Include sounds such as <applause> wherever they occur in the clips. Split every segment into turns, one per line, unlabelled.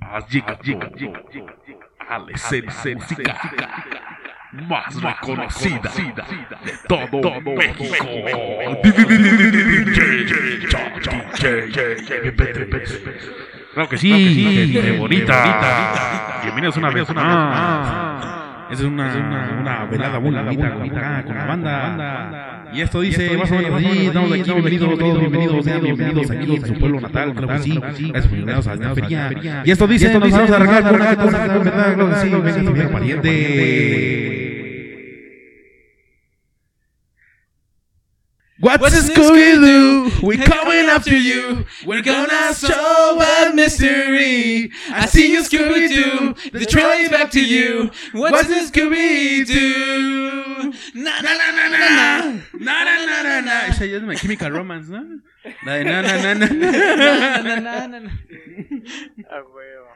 Ha llegado, llega, llega, llega, llega a la esencia musical más reconocida de todo México. Claro que sí, gente bonita. Bienvenidos una vez más. Es una, una velada muy bonita con acá, con la banda. Y esto dice, más o menos así, estamos aquí, bienvenidos todos, bienvenidos, sean bienvenidos aquí en su pueblo natal, claro que sí, gracias por bienvenidos a la feria. Y esto dice, esto nos vamos a arreglar con una cosa, ¿verdad? Claro que sí, bienvenidos, bien pariente.
What's Scooby-Doo? We're coming after you. We're gonna solve a mystery. I see you, Scooby-Doo. The trolley is back to you. What's a Scooby-Doo? Na, na, na, na, na, na. Na, na, na, na, na.
Esa ya es My Chemical Romance, ¿no? La de na, na, na, na.
Na, na, na, na, na.
<laughs> A huevo.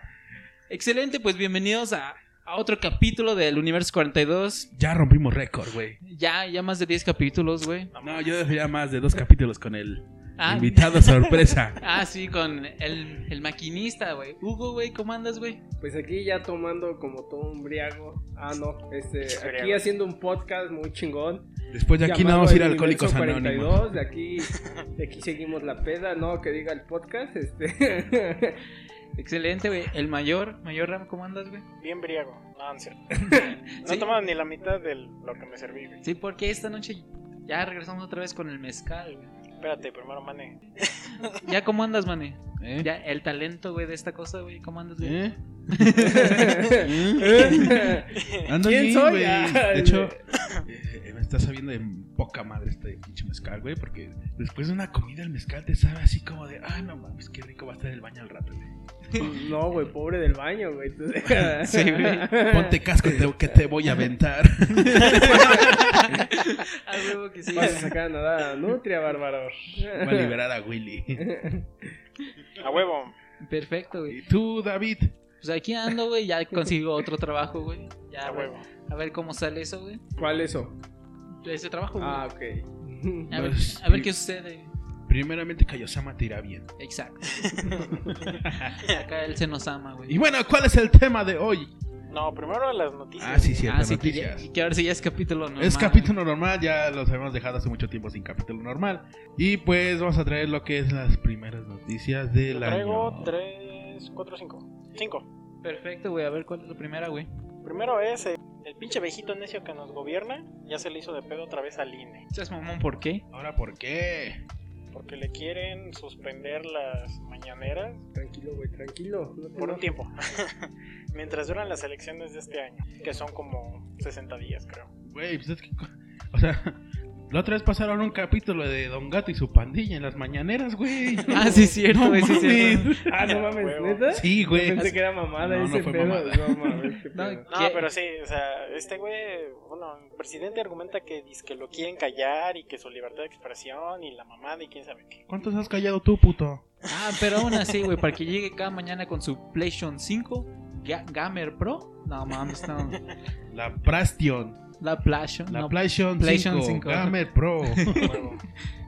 Excelente, pues bienvenidos a, a otro capítulo del Universo 42.
Ya rompimos récord, güey.
Ya, ya más de 10 capítulos, güey.
No, yo debería más de dos capítulos con el
Ah.
invitado sorpresa.
<laughs> Ah, sí, con el, el maquinista, güey. Hugo, güey, ¿cómo andas, güey?
Pues aquí ya tomando como todo un briago. Ah, no, este, aquí haciendo un podcast muy chingón.
Después de aquí no
Llamado
vamos a ir a
El
Alcohólicos
Universo
Anónimos.
42, De aquí, de aquí seguimos la peda, no, que diga el podcast, este. <laughs>
Excelente, güey. El mayor, mayor Ram, ¿cómo andas, güey?
Bien briago. No, no es cierto. No
Sí.
he tomado ni la mitad de lo que me serví, güey.
Sí, porque esta noche ya regresamos otra vez con el mezcal, güey.
Espérate, primero mane.
¿Ya cómo andas, mané?
¿Eh?
Ya el talento, güey, de esta cosa, güey. ¿Cómo andas, güey?
¿Eh? ¿Eh? Ando
¿Quién
bien,
soy?
güey.
Ah,
De hecho, eh, me está sabiendo de poca madre este pinche mezcal, güey, porque después de una comida el mezcal te sabe así como de, ay, no mames, qué rico va a estar el baño al rato, güey.
No, güey, pobre del baño, güey. tú-
<laughs>
Sí, güey.
Ponte casco te- que te voy a aventar.
Ah, huevo que sí.
Pues,
Vas a sacar a nadar a Nutria, bárbaro.
Voy a liberar a Willy.
A huevo.
Perfecto, güey.
¿Y tú, David?
Pues aquí ando, güey. Ya consigo otro trabajo, güey. Ya,
A huevo.
A ver cómo sale eso, güey.
¿Cuál eso?
Ese trabajo, güey.
Ah, ok.
a, ver,
pues,
a ver
y-
qué sucede.
Primeramente, Kayosama te irá bien.
Exacto. <laughs> Acá él se nos ama, güey.
Y bueno, ¿cuál es el tema de hoy?
No, primero las noticias.
Ah, sí, cierto,
Ah, sí, que,
noticias.
ya- que ahora sí ya es capítulo normal.
Es capítulo normal, ya los habíamos dejado hace mucho tiempo sin capítulo normal. Y pues vamos a traer lo que es las primeras noticias
Yo
del
Traigo
año.
3, 4, 5. 5.
Perfecto, güey. A ver cuál es la primera, güey.
Primero es eh, el pinche viejito necio que nos gobierna. Ya se le hizo de pedo otra vez al INE.
Seas mamón, ¿por qué?
Ahora, ¿por qué?
Porque le quieren suspender las mañaneras
Tranquilo, güey, tranquilo. no te
por un
enojes.
tiempo. <laughs> Mientras duran las elecciones de este año. Que son como 60 días, creo.
Güey, pues es que. co- O sea, <laughs> la otra vez pasaron un capítulo de Don Gato y su pandilla en las mañaneras,
<laughs>
güey.
Ah, sí, cierto,
No
güey. Sí, cierto.
mames.
Ah, no mames,
Huevo.
neta.
Sí, güey.
Pensé que era mamada
No, no
ese
fue
pedo.
mamada.
No mames, qué
No,
pedo.
No,
¿Qué?
pero sí, o sea, este güey, bueno, el presidente argumenta que dice que lo quieren callar y que su libertad de expresión y la mamada y quién sabe qué.
¿Cuántos has callado tú, puto?
Ah, pero aún así, güey, para que llegue cada mañana con su PlayStation 5, Ga- Gamer Pro. No mames, no.
La Prastion.
La PlayStation.
La
no.
PlayStation 5.
PlayStation 5.
Gamer Pro.
Bueno,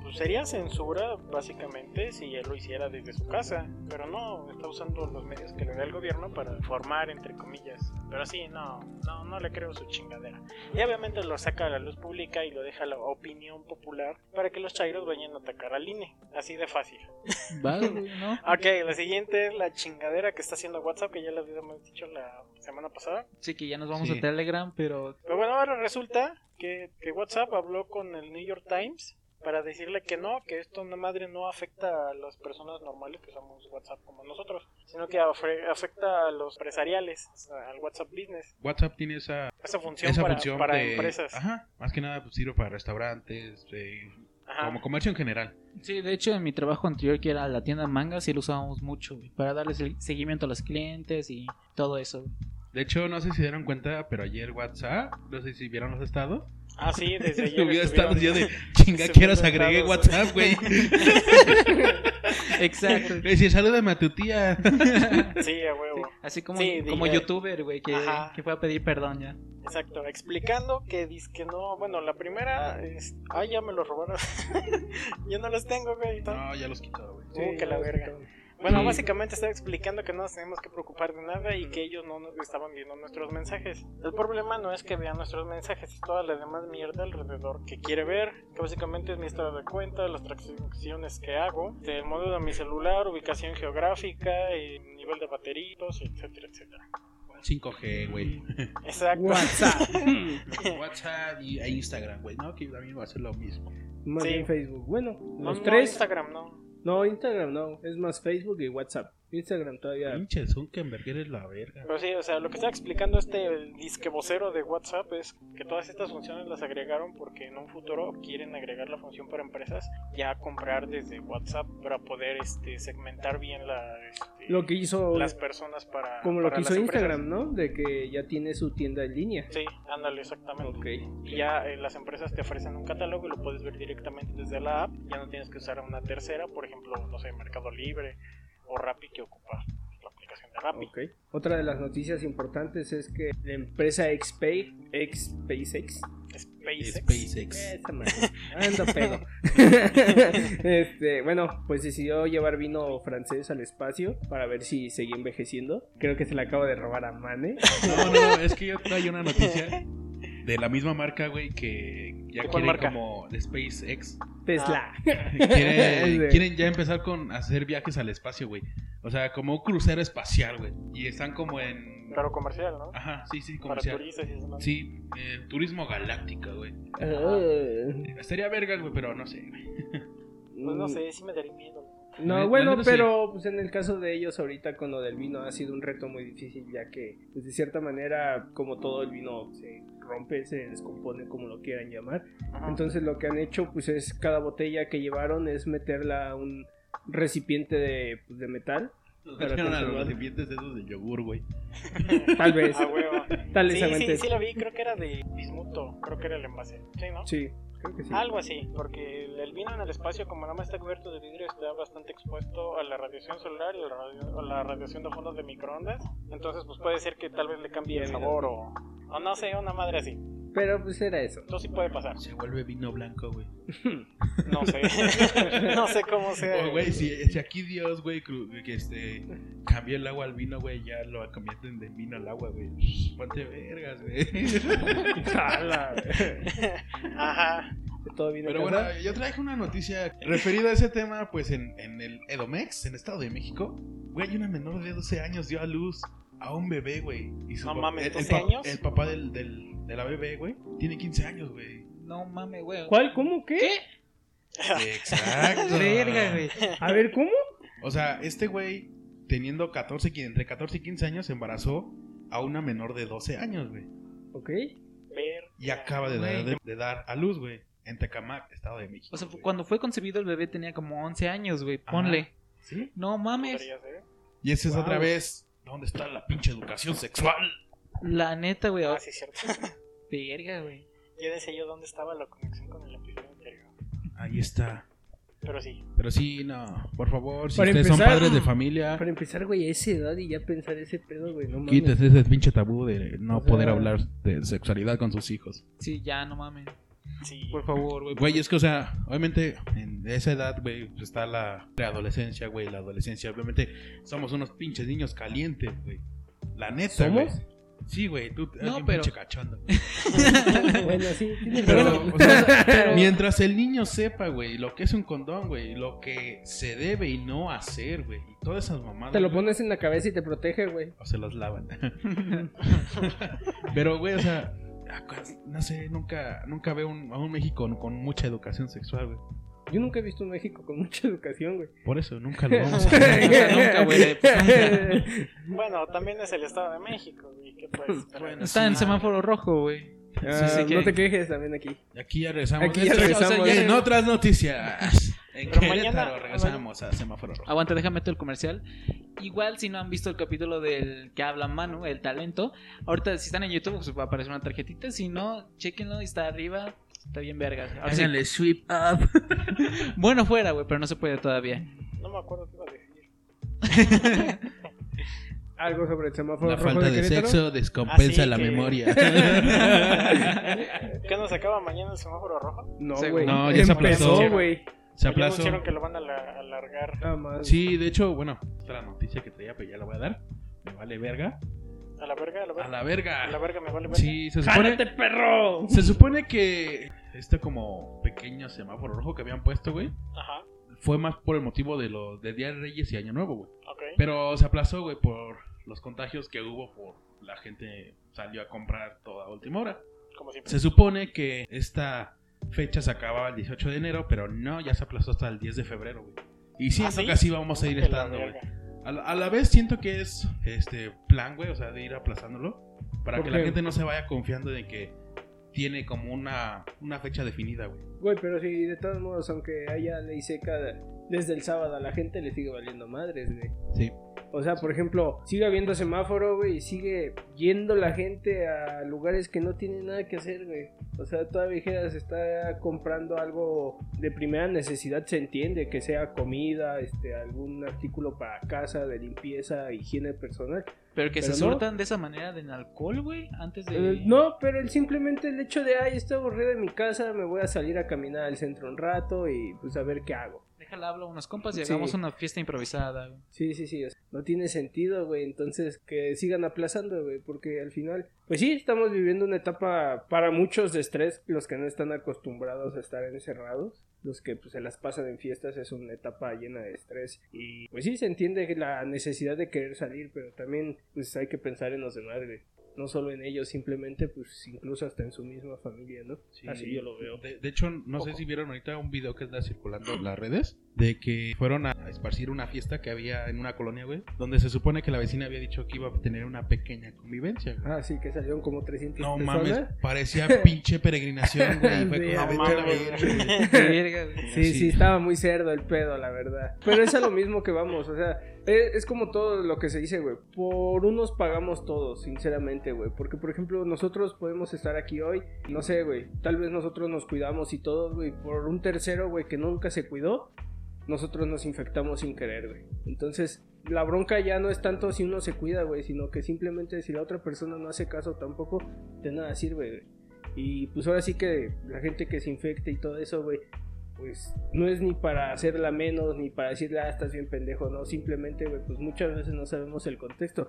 pues sería censura básicamente si él lo hiciera desde su casa, pero no, está usando los medios que le da el gobierno para formar entre comillas. Pero sí, no, no, no le creo su chingadera. Y obviamente lo saca a la luz pública y lo deja a la opinión popular para que los chairos vayan a atacar al INE, así de fácil.
Va, güey, ¿no?
Ok, la siguiente es la chingadera que está haciendo WhatsApp, que ya les habíamos dicho la semana pasada.
Sí, que ya nos vamos
Sí.
a Telegram, pero.
Pero bueno, ahora resulta que, que WhatsApp habló con el New York Times para decirle que no, que esto una madre no afecta a las personas normales que usamos WhatsApp como nosotros, sino que afre- afecta a los empresariales, o sea, al WhatsApp Business.
<laughs> WhatsApp tiene esa,
Esa función
esa
para,
función
para
de-
empresas.
Ajá. Más que nada pues, sirve para restaurantes, eh,
Ajá.
como comercio en general.
Sí, de hecho, en mi trabajo anterior, que era la tienda manga, sí lo usábamos mucho, güey, para darles el seguimiento a los clientes y todo eso. güey.
De hecho, no sé si se dieron cuenta, pero ayer WhatsApp, no sé si vieron los estados.
Ah, sí, desde ayer
Hubiera
estuvieron-
estado yo de <laughs> chinga,
estuvieron
quieras agregué
estados.
WhatsApp, güey. <laughs>
Exacto.
Le decía, salúdame a tu
<laughs>
tía.
Sí, a huevo.
Así como,
Sí,
como
dije.
youtuber, güey, que,
Ajá.
que fue a pedir perdón ya.
Exacto, explicando que dice que no, bueno, la primera es, ay, <laughs> ya me lo robaron. Yo no los tengo, güey.
No, Ah, ya los quitó, güey.
Uh, que la verga. Bueno,
Sí.
básicamente estaba explicando que no nos tenemos que preocupar de nada y que ellos no nos estaban viendo nuestros mensajes. El problema no es que vean nuestros mensajes, es toda la demás mierda alrededor que quiere ver, que básicamente es mi estado de cuenta, las transacciones que hago, este, el modelo de mi celular, ubicación geográfica, y nivel de bateritos, etcétera, etcétera.
5G,
<laughs>
güey.
Exacto.
WhatsApp.
WhatsApp y e Instagram, güey. No, que también va a ser lo mismo.
Más
Sí.
bien Facebook. Bueno,
No,
los
no,
tres.
Instagram, no.
No, Instagram no. Es más Facebook y WhatsApp. Instagram todavía.
Pinche Zuckerberg eres la verga.
Pero sí, o sea, lo que está explicando este el disque vocero de WhatsApp es que todas estas funciones las agregaron porque en un futuro quieren agregar la función para empresas ya comprar desde WhatsApp para poder este, segmentar bien la, este,
Lo que hizo.
las personas para.
Como lo
para
que
las
hizo
empresas.
Instagram, ¿no? De que ya tiene su tienda en línea.
Sí, ándale, exactamente.
Ok.
Y ya eh, las empresas te ofrecen un catálogo y lo puedes ver directamente desde la app. Ya no tienes que usar una tercera, por ejemplo, no sé, Mercado Libre o Rappi que ocupa la aplicación de Rappi.
Ok. Otra de las noticias importantes es que la empresa XPay, XSpaceX,
SpaceX.
SpaceX.
<laughs>
esa madre, ando pedo. este, bueno, pues decidió llevar vino francés al espacio para ver si seguía envejeciendo. Creo que se le acaba de robar
<laughs>
a Mane.
No, no, es que yo traía una noticia de la misma marca, güey, que ya
¿De cuál
quieren
marca?
como de <laughs> SpaceX.
Tesla.
Quieren,
Sí.
quieren ya empezar con hacer viajes al espacio, güey. O sea, como un crucero espacial, güey. Y están como en...
Pero comercial, ¿no?
Ajá, sí, sí,
Para
comercial.
turistas y eso. ¿no?
Sí, eh, turismo galáctica, güey.
Ah.
Estaría verga, güey, pero no sé, güey.
Pues no sé, sí me daría miedo.
No,
Al
bueno,
menos
pero pues en el caso de ellos ahorita con lo del vino ha sido un reto muy difícil ya que pues, de cierta manera como todo el vino se rompe, se descompone como lo quieran llamar. Entonces lo que han hecho pues es cada botella que llevaron es meterla a un recipiente de, pues, de metal,
Nos
Pero
<laughs> metieron a
conservar.
los recipientes esos de yogur, güey. <laughs>
tal vez,
Ah,
A Ah, huevo.
tal vez
Sí, sí,
aguante.
sí la vi, creo que era de bismuto, creo que era el envase. Sí, ¿no?
Sí, creo que sí. <laughs>
Algo así, porque el el vino en el espacio, como nada más está cubierto de vidrio, está bastante expuesto a la radiación solar y a la, radio- a la radiación de fondos de microondas. Entonces, pues puede ser que tal vez le cambie el sabor o, o no sé, una madre así.
Pero pues era eso.
Eso sí puede pasar.
Se vuelve vino blanco, güey.
No sé. no sé cómo sea.
Oh, güey, si, si aquí Dios, güey, cru- que este, cambió el agua al vino, güey, ya lo convierten de vino al agua, güey. Ponte vergas,
<laughs>
güey.
Jala,
Ajá.
Todo vino
Pero bueno,
casado.
yo traje una noticia referida a ese tema, pues en, en el Edomex, en Estado de México. Güey, una menor de 12 años dio a luz a un bebé, güey. Y su
No
pap-
mames,
el- el
12
pap-
años.
El papá del, del- de la bebé, güey, tiene 15 años,
<laughs>
güey.
No mames, güey.
¿Cuál? ¿Cómo qué?
<laughs> Exacto.
Verga, güey.
A ver, ¿cómo?
O sea, este güey, teniendo 14, qui- entre 14 y 15 años, embarazó a una menor de 12 años, güey.
Ok.
Ver.
Y acaba de, dar-
Güey.
de- de dar a luz, güey, en Tecamac, Estado de México.
O sea,
güey.
cuando fue concebido el bebé tenía como 11 años, güey.
Ajá.
Ponle.
¿Sí?
No mames.
podría ser.
Y esa es
Wow.
otra vez. ¿Dónde está la pinche educación sexual?
La neta, güey. oh,
Ah, sí, cierto. <laughs>
Verga, güey.
ya decía yo dónde estaba la conexión con el episodio anterior.
Ahí está.
Pero sí.
Pero sí, no. Por favor, si
Para
ustedes son
empezar-
padres de familia,
Para empezar, güey, a esa edad y ya pensar ese pedo, güey, no mames.
quítese ese pinche tabú de no
O sea-
poder hablar de sexualidad con sus hijos.
Sí, ya, no mames.
Sí.
Por favor, güey.
Güey, es que, o sea, obviamente, en esa edad, güey, pues, está la preadolescencia, güey, la adolescencia. Obviamente, somos unos pinches niños calientes, güey. La neta, güey.
¿Somos?
Sí, güey, tú eres
No,
un
pero-
pinche
<laughs>
cachondo.
<laughs> Bueno, sí, tienes
Pero,
razón.
o sea, mientras el niño sepa, güey, lo que es un condón, güey, lo que se debe y no hacer, güey, y todas esas mamadas.
Te lo
güey,
pones en la cabeza y te protege, güey.
O se los
<laughs>
lavan. <laughs> Pero, güey, o sea, acu- no sé, nunca, nunca veo un- a un México con, con mucha educación sexual, güey.
Yo nunca he visto un México con <laughs> mucha educación, güey.
Por eso, nunca lo vamos a
<laughs>
ver.
Nunca, nunca, güey,
<laughs>
<laughs> nunca.
Bueno, también es el Estado de México. Y que pues.
Bueno,
Está en semáforo rojo, güey.
Ah,
sí, que-
no te quejes también aquí.
Aquí ya regresamos.
Aquí ya
Esto es-
regresamos.
y en otras noticias. En
Pero
Querétaro
mañana-
regresamos a Semáforo Rojo.
Aguanta, déjame meter el comercial. Igual, si no han visto el capítulo del que habla Manu, el talento, ahorita si están en YouTube, pues va a aparecer una tarjetita. Si no, chequenlo, está arriba. Está bien, vergas. Ahora sí.
sweep up.
Bueno, fuera, güey, pero no se puede todavía.
No me acuerdo qué iba a
<laughs>
decir.
Algo sobre el semáforo
La
rojo
falta
de
de
Querétaro.
sexo descompensa
Así
la
que-
<laughs> memoria.
¿Qué nos acaba mañana el semáforo rojo?
No,
Sí,
güey.
no, ya se aplazó.
güey.
Se
Ya
aplazó.
anunciaron que lo van a la- alargar.
Ah, madre.
Sí, de hecho, bueno, esta es la noticia que traía, pero ya la voy a dar. Me vale verga.
A la verga, a la
A
verga.
la
A la
verga.
verga me vale verga.
Sí, se supone,
perro!
se supone que este como pequeño semáforo rojo que habían puesto, güey,
Ajá,
fue más por el motivo de los de Día de Reyes y Año Nuevo, güey.
ok.
Pero se aplazó, güey, por los contagios que hubo por la gente salió a comprar toda última hora.
Como siempre.
Se supone que esta fecha se acababa el 18 de enero, pero no, ya se aplazó hasta el 10 de febrero, güey. Y siento
Ah, sí?
que así vamos a ir
Que la
estando, güey.
verga.
A, la- a la vez siento que es este plan, güey, o sea, de ir aplazándolo para
¿Por
que la
qué?
gente no se vaya confiando de que tiene como una, una fecha definida, güey.
Güey, pero sí, de todos modos, aunque haya ley seca desde el sábado a la gente le sigue valiendo madres, güey.
Sí.
O sea, por ejemplo, sigue habiendo semáforo, güey, y sigue yendo la gente a lugares que no tiene nada que hacer, güey. O sea, todavía dijera, se está comprando algo de primera necesidad, se entiende, que sea comida, este, algún artículo para casa, de limpieza, higiene personal.
Pero que se
Pero no.
surtan de esa manera de en alcohol, güey, antes de...
Eh, no, pero el, simplemente el hecho de, ay, estoy aburrido de mi casa, me voy a salir a caminar al centro un rato y pues a ver qué hago.
Déjala hablar a unos compas y
Sí.
hagamos una fiesta improvisada,
<laughs>
güey.
Sí, sí, sí. o sea, no tiene sentido, güey. Entonces, que sigan aplazando, güey. Porque al final, pues sí, estamos viviendo una etapa para muchos de estrés. Los que no están acostumbrados a estar encerrados. Los que pues, se las pasan en fiestas es una etapa llena de estrés. Y pues sí, se entiende que la necesidad de querer salir, pero también pues hay que pensar en los demás, güey. No solo en ellos, simplemente pues incluso hasta en su misma familia, ¿no? Así yo lo veo.
De, de hecho, no sé
Ojo.
si vieron ahorita un video que está circulando en las redes de que fueron a esparcir una fiesta que había en una colonia, güey, donde se supone que la vecina había dicho que iba a tener una pequeña convivencia, güey.
Ah, sí, que salieron como 300
No
personas.
mames, parecía
<laughs>
pinche peregrinación, güey. Fue
Sí,
como, "Ah, "Vete
no
a la
<laughs> mames.
verga, güey".
Verga, güey.
Sí,
Así.
sí, estaba muy cerdo el pedo, la verdad. Pero es a lo mismo que vamos, o sea, e, es, es como todo lo que se dice, güey. Por unos pagamos todos, sinceramente, güey. Porque, por ejemplo, nosotros podemos estar aquí hoy, no sé, güey. Tal vez nosotros nos cuidamos y todos, güey. Por un tercero, güey, que nunca se cuidó, nosotros nos infectamos sin querer, güey. Entonces, la bronca ya no es tanto si uno se cuida, güey, sino que simplemente si la otra persona no hace caso tampoco, de nada sirve, güey. Y pues ahora sí que la gente que se infecte y todo eso, güey, pues no es ni para hacerla menos, ni para decirle, ah, estás bien pendejo, no, simplemente, güey, pues muchas veces no sabemos el contexto.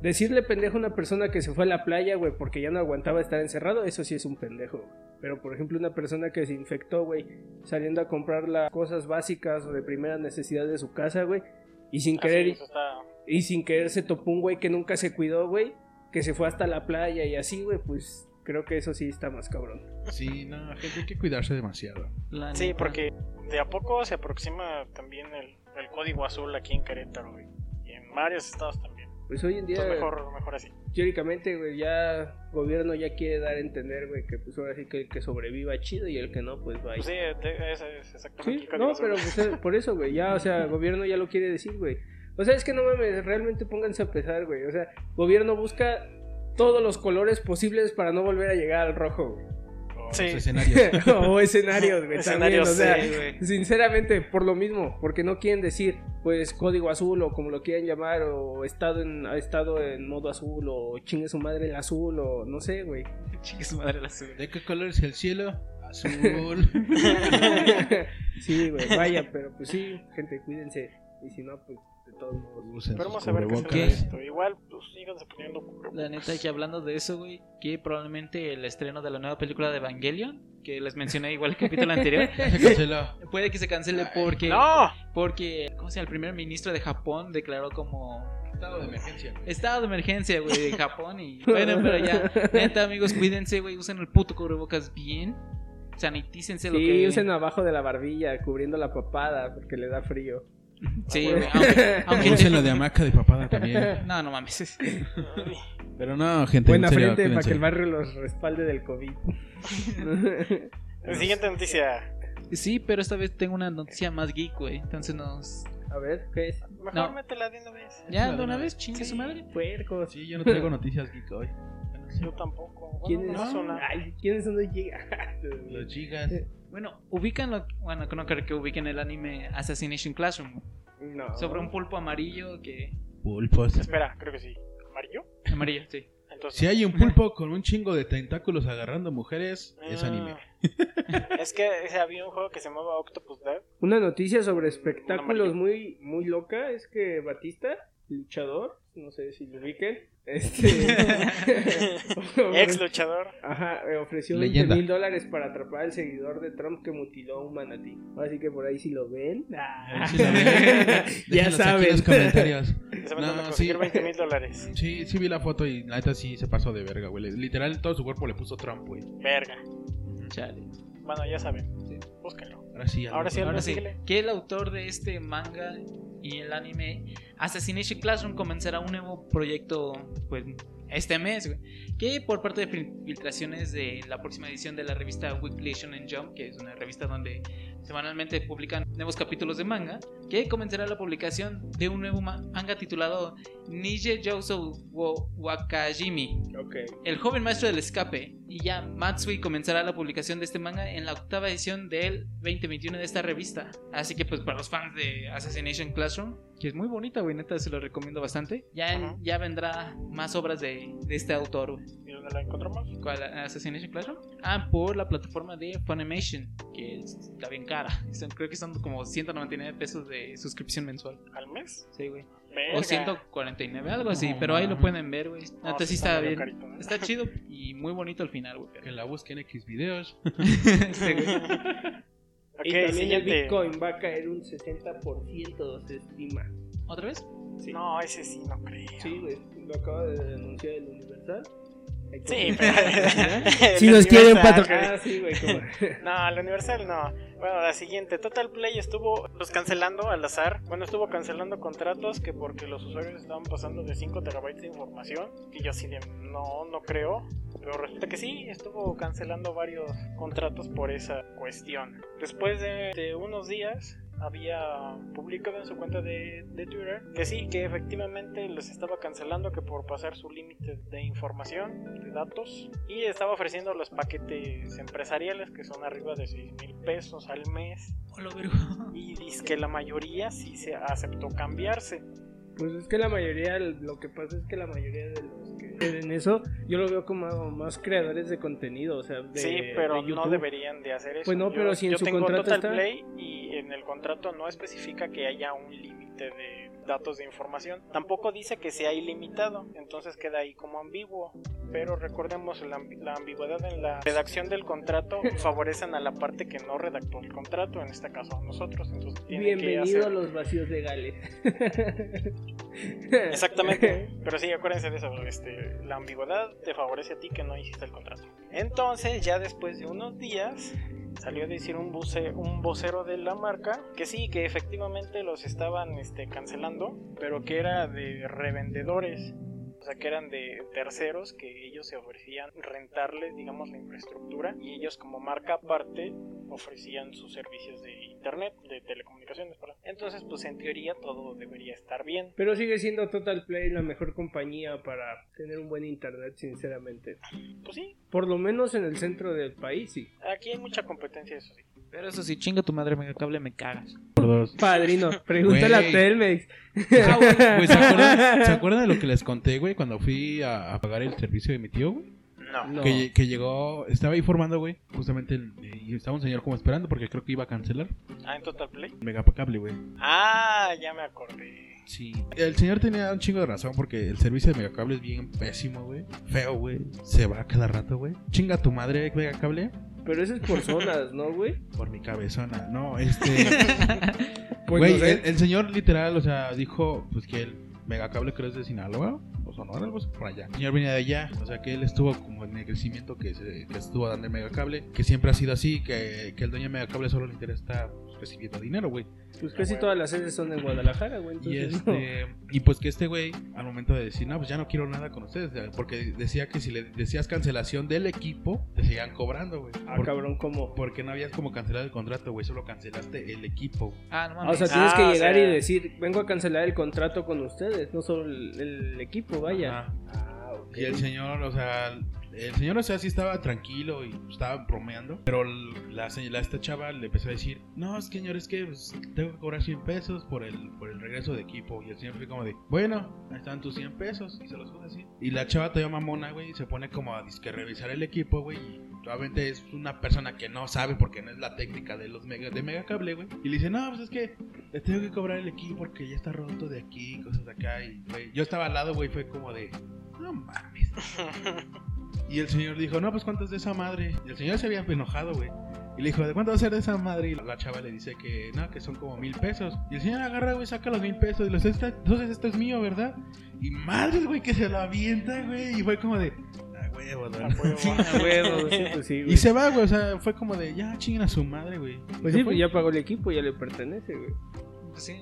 Decirle pendejo a una persona que se fue a la playa, güey, porque ya no aguantaba estar encerrado, eso sí es un pendejo. güey. Pero, por ejemplo, una persona que se infectó, güey, saliendo a comprar las cosas básicas o de primera necesidad de su casa, güey, y sin
Ah,
querer
sí, eso está-
y sin querer se topó un güey que nunca se cuidó, güey, que se fue hasta la playa y así, güey, pues creo que eso sí está más cabrón.
Sí, no, gente, hay que cuidarse demasiado.
La
Sí,
neta.
porque de a poco se aproxima también el, el código azul aquí en Querétaro, güey. Y en varios estados también.
Pues hoy en día,
Entonces mejor, mejor así.
teóricamente, güey, ya gobierno ya quiere dar a entender, güey, que pues ahora sí que el que sobreviva chido y el que no, pues va
Pues sí, de- ese es exactamente
Sí,
el código
no,
azul.
pero pues, eh, por eso, güey, ya, o sea, el gobierno ya lo quiere decir, güey. O sea, es que no mames, realmente pónganse a pesar, güey. O sea, gobierno busca todos los colores posibles para no volver a llegar al rojo, güey. <laughs>
Los
Sí,
escenarios.
o escenarios, güey. también, o
escenarios,
sea,
sí, güey.
Sinceramente, por lo mismo, porque no quieren decir, pues, código azul o como lo quieran llamar, o estado en, estado en modo azul, o chingue su madre el azul, o no sé, güey.
Chingue su madre la suya.
¿De qué color es el cielo? Azul.
<laughs> sí, güey, vaya, pero pues sí, gente, cuídense. Y si no, pues, de todos modos.
Usen
Pero
sus
vamos a ver qué se
cubrebocas.
da esto. Igual, pues síganse poniendo cubrebocas.
La neta, que hablando de eso, güey, que probablemente el estreno de la nueva película de Evangelion, que les mencioné igual el capítulo
<laughs>
anterior,
Se canceló.
puede que se cancele porque,
¡No!
porque, ¿cómo se llama? El primer ministro de Japón declaró como
Estado de emergencia, güey.
estado de emergencia, güey, de Japón
<laughs>
y bueno, pero ya, neta, amigos, cuídense, güey, usen el puto cubrebocas bien, sanitícense lo
Sí,
que...
usen abajo de la barbilla, cubriendo la papada, porque le da frío.
Sí,
Ah,
güey,
huevo.
<laughs>
aunque, aunque
Usen la de hamaca de papada también.
No, no mames.
Pero no, gente.
Buena
en serio,
frente para
cuídense.
que el barrio los respalde del COVID.
La siguiente noticia.
Sí, pero esta vez tengo una noticia más geek, güey. Entonces nos.
<laughs> A ver, ¿qué es?
Mejor
No.
métela de una vez.
Ya, de una vez, chingue su madre.
Puercos.
Sí, yo no traigo noticias geek hoy.
Yo tampoco.
¿Quién
Bueno, no
es?
hizo nada.
Ay, ¿quiénes son los gigas?
Los gigas.
Eh.
Bueno, ubican lo. Bueno, no creo que ubiquen el anime Assassination Classroom. güey.
No.
Sobre un pulpo amarillo que.
Pulpos.
Espera, creo que sí. ¿Amarillo?
Amarillo, sí.
Entonces,
Si hay un pulpo con un chingo de tentáculos agarrando mujeres, es
Ah,
anime.
<laughs> Es que o sea, había un juego que se llamaba Octopus Dev.
<laughs> Una noticia sobre espectáculos
Una marca.
muy, muy loca es que Batista, luchador, no sé si lo ubiquen, <laughs> este,
Ex luchador.
Ajá, eh, ofreció
Leyenda.
20 mil dólares para atrapar al seguidor de Trump que mutiló a un manatí. Así que por ahí si lo ven, ah,
Si lo ven,
ya
<laughs> déjenos aquí en
saben.
los comentarios.
que Se
No,
metió a
sí.
conseguir 20 mil dólares.
Sí, sí vi la foto y la neta sí se pasó de verga, güey. Literal, todo su cuerpo le puso Trump, güey.
Verga.
Chale.
Bueno, ya saben. Búsquenlo.
Ahora sí, al
Ahora sí,
Ahora
Alberto,
sí,
síguele.
que el autor de este manga y el anime Assassination Classroom comenzará un nuevo proyecto pues, este mes, güey, que por parte de fil- filtraciones de la próxima edición de la revista Weekly Shonen Jump, que es una revista donde semanalmente publican nuevos capítulos de manga, que comenzará la publicación de un nuevo ma- manga titulado Nije Jouso wo Wakajimi,
Ok,
el joven maestro del escape y ya Matsui comenzará la publicación de este manga en la octava edición del 2021 de esta revista. Así que pues para los fans de Assassination Classroom, que es muy bonita, güey, neta, se lo recomiendo bastante. Ya,
Ajá.
ya vendrá más obras de, de este autor, güey.
¿Y dónde la encontramos?
¿Cuál? ¿Assassination Classroom? Ah, por la plataforma de Funimation, que está bien cara. Son- creo que son como 199 pesos de suscripción mensual.
¿Al mes?
Sí, güey.
Verga.
O 149, algo así,
No,
pero ahí lo
mames.
pueden ver, güey.
Oh, No, este
Neta,
sí
sí está
medio
bien.
carito, ¿eh? ¿no?
Está chido y muy bonito al final, güey.
Que la busquen X videos.
<laughs>
Este, güey.
Ok,
y también el
siguiente.
Bitcoin va a caer un 60%, se estima.
¿Otra vez?
Sí,
No, ese sí, no creo.
sí güey, lo acaba de denunciar el Universal. Hay
<laughs>
que-
Sí,
<laughs>
pero...
Si
El
nos quieren
Universal,
patrocinar. Ah, sí, güey, como-
güey. No, el Universal no. Bueno, la siguiente. Total Play estuvo los cancelando al azar. Bueno, estuvo cancelando contratos que porque los usuarios estaban pasando de 5 terabytes de información. Y yo así de, no, no creo. Pero resulta que sí, estuvo cancelando varios contratos por esa cuestión. Después de, de unos días había publicado en su cuenta de, de Twitter que sí, que efectivamente los estaba cancelando que por pasar su límite de información, de datos, y estaba ofreciendo los paquetes empresariales que son arriba de 6 mil pesos al mes.
Hola, vergo.
Y dice que la mayoría sí se aceptó cambiarse.
Pues es que la mayoría, lo que pasa es que la mayoría de los que en eso, yo lo veo como más creadores de contenido, o sea, de,
sí, pero
de
no
YouTube.
deberían de hacer eso.
Pues no,
Yo-
pero si en
yo
su
tengo
contrato
Total
está.
Play y en el contrato no especifica que haya un límite de datos de información. Tampoco dice que sea ilimitado, entonces queda ahí como ambiguo. Pero recordemos, la, ambi- la ambigüedad en la redacción del
<laughs>
contrato favorecen a la parte que no redactó el contrato, en este caso a nosotros. Entonces tienen que
Bienvenido a
hacer...
los vacíos
<laughs>
legales.
Exactamente. Pero sí, acuérdense de eso. Este, la ambigüedad te favorece a ti que no hiciste el contrato. Entonces, ya después de unos días, salió a decir un, buce- un vocero de la marca que sí, que efectivamente los estaban este, cancelando, pero que era de revendedores. O sea, que eran de terceros que ellos se ofrecían rentarles, digamos, la infraestructura y ellos como marca aparte ofrecían sus servicios de internet, de telecomunicaciones. perdón. Entonces, pues en teoría todo debería estar bien.
Pero sigue siendo Total Play la mejor compañía para tener un buen internet, sinceramente.
Pues sí,
Por lo menos en el centro del país, sí.
Aquí hay mucha competencia, eso sí.
Pero eso sí, chinga tu madre, mega cable, me cagas.
Por dos.
Padrino, pregúntale
Güey.
a Telmex. <laughs>
Ah, güey.
Güey, ¿se acuerdan, ¿se acuerdan de lo que les conté, güey, cuando fui a, a pagar el servicio de mi tío, güey?
No.
No.
Que, que llegó, estaba ahí formando, güey, justamente, el- y estaba un señor como esperando porque creo que iba a cancelar
Ah, en Total Play.
el megacable, güey.
Ah, ya me acordé.
Sí. El señor tenía un chingo de razón porque el servicio de megacable es bien pésimo, güey. Feo, güey. Se va cada rato, güey. Chinga tu madre, megacable.
Pero eso es por zonas, ¿no, güey?
Por mi cabezona. No, este...
<laughs> Pues
Güey,
no sé.
el, el señor literal, o sea, dijo pues que el megacable creo es de Sinaloa o Sonora, algo así, por allá. El señor venía de allá, o sea, que él estuvo como en el crecimiento que, se, que estuvo dando el megacable, que siempre ha sido así, que, que el dueño del megacable solo le interesa estar pues, recibiendo dinero, güey.
Pues casi todas las sedes son en Guadalajara, güey.
Y
Entonces, no.
este, y pues que este güey, al momento de decir, no, pues ya no quiero nada con ustedes, ya, porque decía que si le decías cancelación del equipo, te seguían cobrando, güey.
Ah,
Por-
cabrón, ¿cómo?
porque no habías como cancelado el contrato, güey, solo cancelaste el equipo.
Ah, no
Ah, O
mames.
sea, tienes
Ah,
que
o
llegar
sea-
y decir, vengo a cancelar el contrato con ustedes, no solo el, el equipo, vaya. Ah,
Ajá. Y el señor, o sea, El señor, o sea, sí estaba tranquilo y estaba bromeando, pero la, se- la esta chava le empezó a decir, no, señor, es que pues, tengo que cobrar 100 pesos por el, por el regreso de equipo. Y el señor fue como de, bueno, ahí están tus 100 pesos y se los puso así. Y la chava todavía mamona, güey, y se pone como a disque revisar el equipo, güey, y Obviamente es una persona que no sabe porque no es la técnica de los mega, de mega cable, güey. Y le dice, no, pues es que le tengo que cobrar el equipo porque ya está roto de aquí, y cosas de acá. Y güey, yo estaba al lado, güey, fue como de, no mames. Y el señor dijo, no, pues cuánto es de esa madre. Y el señor se había enojado, güey. Y le dijo, ¿de cuánto va a ser de esa madre? Y la chava le dice que no, que son como mil pesos. Y el señor agarra, güey, saca los mil pesos. Y los "Esta- entonces esto es mío, ¿verdad? Y madres, güey, que se lo avienta, güey. Y fue como de, ah, huevo, don".
Sí,
a huevo.
Sí, pues sí, güey.
Y se va, güey, o sea, fue como de, ya chinguen a su madre, güey.
Pues
Se fue.
sí, pues ya pagó el equipo, ya le pertenece, güey.
Pues sí.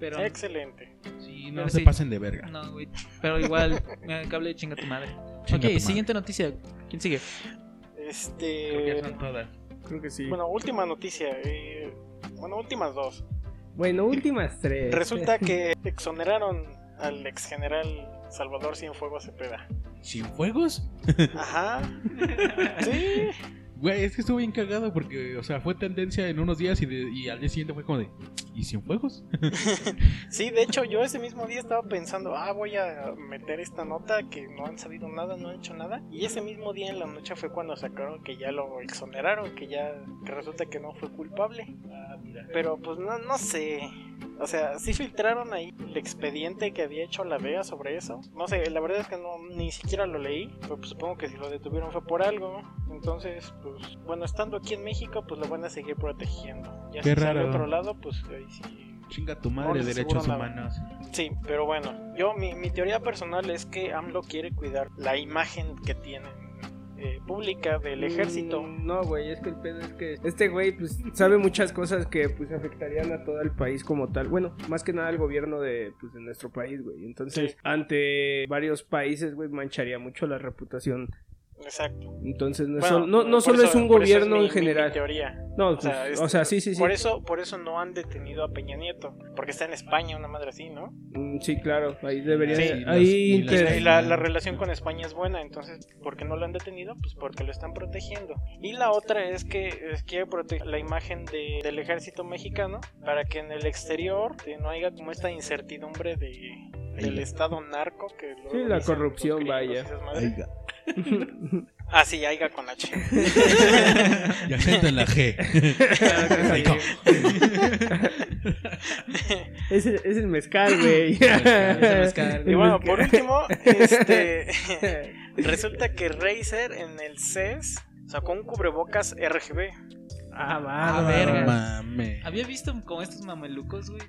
Pero.
Excelente.
Sí, no
Pero
se
sí.
pasen de verga.
No, güey. Pero igual, mira, el cable chinga tu madre.
Chinga
ok,
tu madre.
siguiente noticia. ¿Quién
<laughs>
sigue?
Eh,
Creo que
Este.
son todas.
Creo que sí. Bueno,
Bueno, última noticia. eh, bueno, últimas dos.
últimas tres.
Este.
Resulta que exoneraron al ex general Salvador Cienfuegos Cepeda.
¿Sin fuegos?
Ajá. Sí.
Güey, es que estuvo bien cagado porque, o sea, fue tendencia en unos días y, de- y al día siguiente fue como de, ¿y sin fuegos?
Sí, de hecho, yo ese mismo día estaba pensando, ah, voy a meter esta nota que no han sabido nada, no han hecho nada. Y ese mismo día en la noche fue cuando sacaron que ya lo exoneraron, que ya que resulta que no fue culpable. Pero pues no, no sé. O sea, sí filtraron ahí el expediente que había hecho la DEA sobre eso. No sé, la verdad es que no ni siquiera lo leí. Pero pues, supongo que si lo detuvieron fue por algo. Entonces, pues bueno, estando aquí en México, pues lo van a seguir protegiendo. Ya
Qué
si sale a
raro.
otro lado, pues ahí sí
<laughs> Chinga tu
No,
madre,
les
derechos
aseguro
humanos.
Sí, pero bueno, yo mi, mi teoría personal es que AMLO quiere cuidar la imagen que tiene eh, pública del ejército.
Mm, No, güey, es que el pedo es que este güey pues sabe muchas cosas que pues afectarían a todo el país como tal. Bueno, más que nada al gobierno de pues de nuestro país, güey. Entonces,
Sí.
ante varios países, güey, mancharía mucho la reputación.
Exacto.
Entonces, no,
Bueno,
solo- no, no
por
solo
eso-
es un
por eso
gobierno
mi-
en
mi
general.
teoría.
no,
O
pues,
sea, es-
o sea, sí, sí, sí.
Por eso, por eso no han detenido a Peña Nieto, porque está en España, una madre así, ¿no?
Mm, sí, claro, ahí debería
Sí,
de-
y los-
ahí
y los-
Y
inter-
la, y la- la relación con España es buena, entonces, ¿por qué no lo han detenido? Pues porque lo están protegiendo. Y la otra es que eh, quiere proteger la imagen de- del ejército mexicano para que en el exterior eh, no haya como esta incertidumbre de, del estado narco que luego
Sí, la
dicen
corrupción,
los gringos y
vaya.
esas madres.
Oiga,
Ah, sí, Aiga con H.
<laughs>
y acepten la G. Rico.
<laughs> es, el- es el mezcal, güey.
mezcal,
y bueno, por último, este, <laughs>
mezcal.
resulta que Razer en el CES sacó un cubrebocas RGB.
Ah,
Ah, verga.
va.
Mame.
Había visto como estos mamelucos, güey.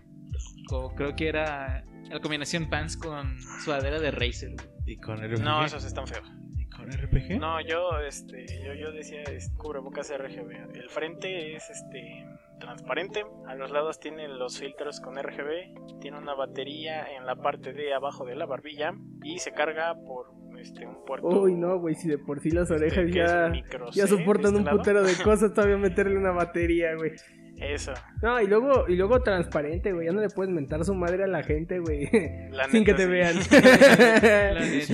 Como creo que era la combinación pants con sudadera de Razer,
<laughs>
güey.
¿Y con RPG?
No, esos están feos.
¿Y con RPG?
No, yo, este, yo, yo decía es cubrebocas RGB. El frente es este transparente, a los lados tiene los filtros con RGB, tiene una batería en la parte de abajo de la barbilla y se carga por este un puerto.
Uy, no, güey, si de por sí las
este,
orejas
que es
ya,
micro
ya
C,
soportan
de
un
este lado.
putero de
<laughs>
cosas, todavía meterle una batería, güey.
Eso,
No, y luego, y luego transparente, güey, ya no le puedes mentar su madre a la gente, güey,
la
<laughs> sin que
neta,
te
sí. <laughs>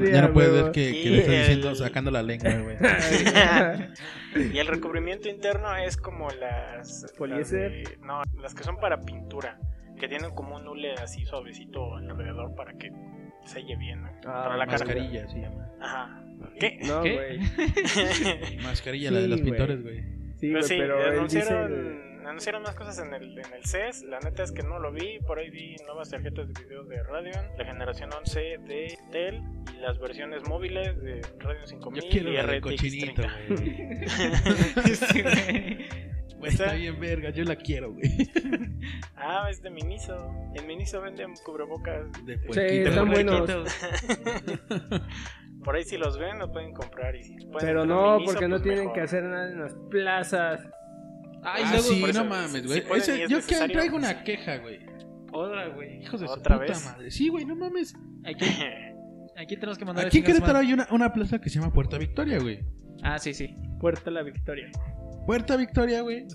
<laughs>
neta.
<laughs>
Ya,
Sí,
ya
a
no puedes
huevo.
ver que, que
Y
le está
el-
diciendo, sacando la lengua,
<laughs>
güey.
Y el recubrimiento interno es como las.
¿Poliéster?
las de- no, las que son para pintura. Que tienen como un hule así suavecito alrededor para que selle bien, ¿no?
Ah,
para la cara.
Mascarilla se llama.
Ajá. ¿Qué?
No,
¿Qué?
güey.
Mascarilla,
Sí,
la de los
güey.
pintores, güey.
Sí,
Pero
güey,
Pues sí,
pero él
anunciaron,
dice...
anunciaron más cosas en el, en el CES. La neta es que no lo vi. Por ahí vi nuevas tarjetas de video de Radeon, la generación 11 de Tel y las versiones móviles de Radeon 5000
Yo quiero
y
la del
RTX
cochinito,
30.
güey.
Sí, güey.
Güey, Está bien verga, yo la quiero, güey.
Ah, es de Miniso. En Miniso venden cubrebocas
De
Sí,
puerquito,
están
güey.
buenos.
Por ahí si los ven los pueden comprar y si pueden
Pero
entrar
no,
en ISO,
porque no
pues,
tienen
mejor.
que hacer nada en las plazas.
Ay,
ah,
luego.
sí,
por eso,
no mames,
si
güey.
pueden
Ese-
y es
yo que
necesario,
traigo
pues,
una queja, güey.
Otra, güey.
Hijos de su
¿Otra
puta
vez?
madre. Sí, güey, no mames.
Aquí, aquí tenemos que mandar a
Aquí en
chingar a su
Querétaro
madre.
hay una, una plaza que se llama Puerta Victoria, güey.
Ah, sí, sí.
Puerta la victoria.
Puerta Victoria, güey.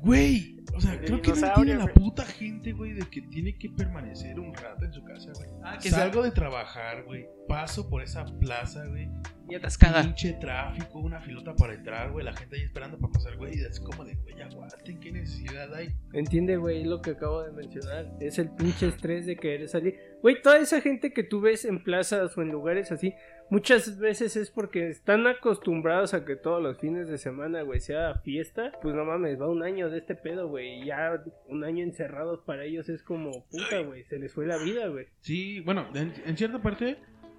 Güey. O sea,
<laughs> El
creo que no
dinosaurio,
entiende la
güey.
puta gente, güey, de que tiene que permanecer un rato en su casa, güey.
Ah, que
Salgo de trabajar, güey. Paso por esa plaza, güey.
Y atascada.
Pinche tráfico, una filota para entrar, güey. La gente ahí esperando para pasar, güey. Y así como de, güey, aguanten, ¿qué necesidad hay?
Entiende, güey, lo que acabo de mencionar. Es el pinche estrés de querer salir. Güey, toda esa gente que tú ves en plazas o en lugares así, muchas veces es porque están acostumbrados a que todos los fines de semana, güey, sea fiesta. Pues no mames, va un año de este pedo, güey. y Ya un año encerrados para ellos es como puta, güey. Se les fue la vida, güey.
Sí, bueno, en, en cierta parte,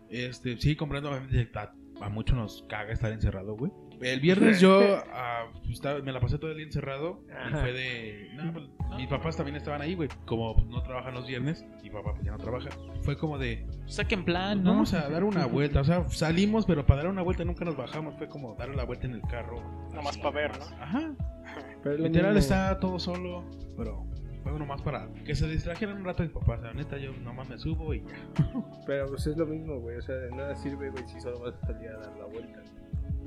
este, sí, comprando, obviamente, a, a muchos nos caga estar encerrado, güey. El viernes yo ah, estaba- me la pasé todo el día encerrado y
Ajá.
fue de... no, pues, mis papás también estaban ahí, güey. Como pues, no trabajan los viernes, mi papá pues ya no trabaja. Fue como de,
O sea que en plan,
Ah,
pues,
¿no?
vamos a dar una vuelta. O sea, salimos, pero para dar una vuelta nunca nos bajamos. Fue como dar la vuelta en el carro.
Nomás para ver, ¿no?
Ajá.
Pero es lo
Literal
mismo.
está todo solo, pero fue nomás para que se distrajeran un rato mis papás. La neta, yo nomás me subo y ya.
Pero pues es lo mismo, güey. O sea, de nada sirve, güey, si solo vas a salir a dar la vuelta.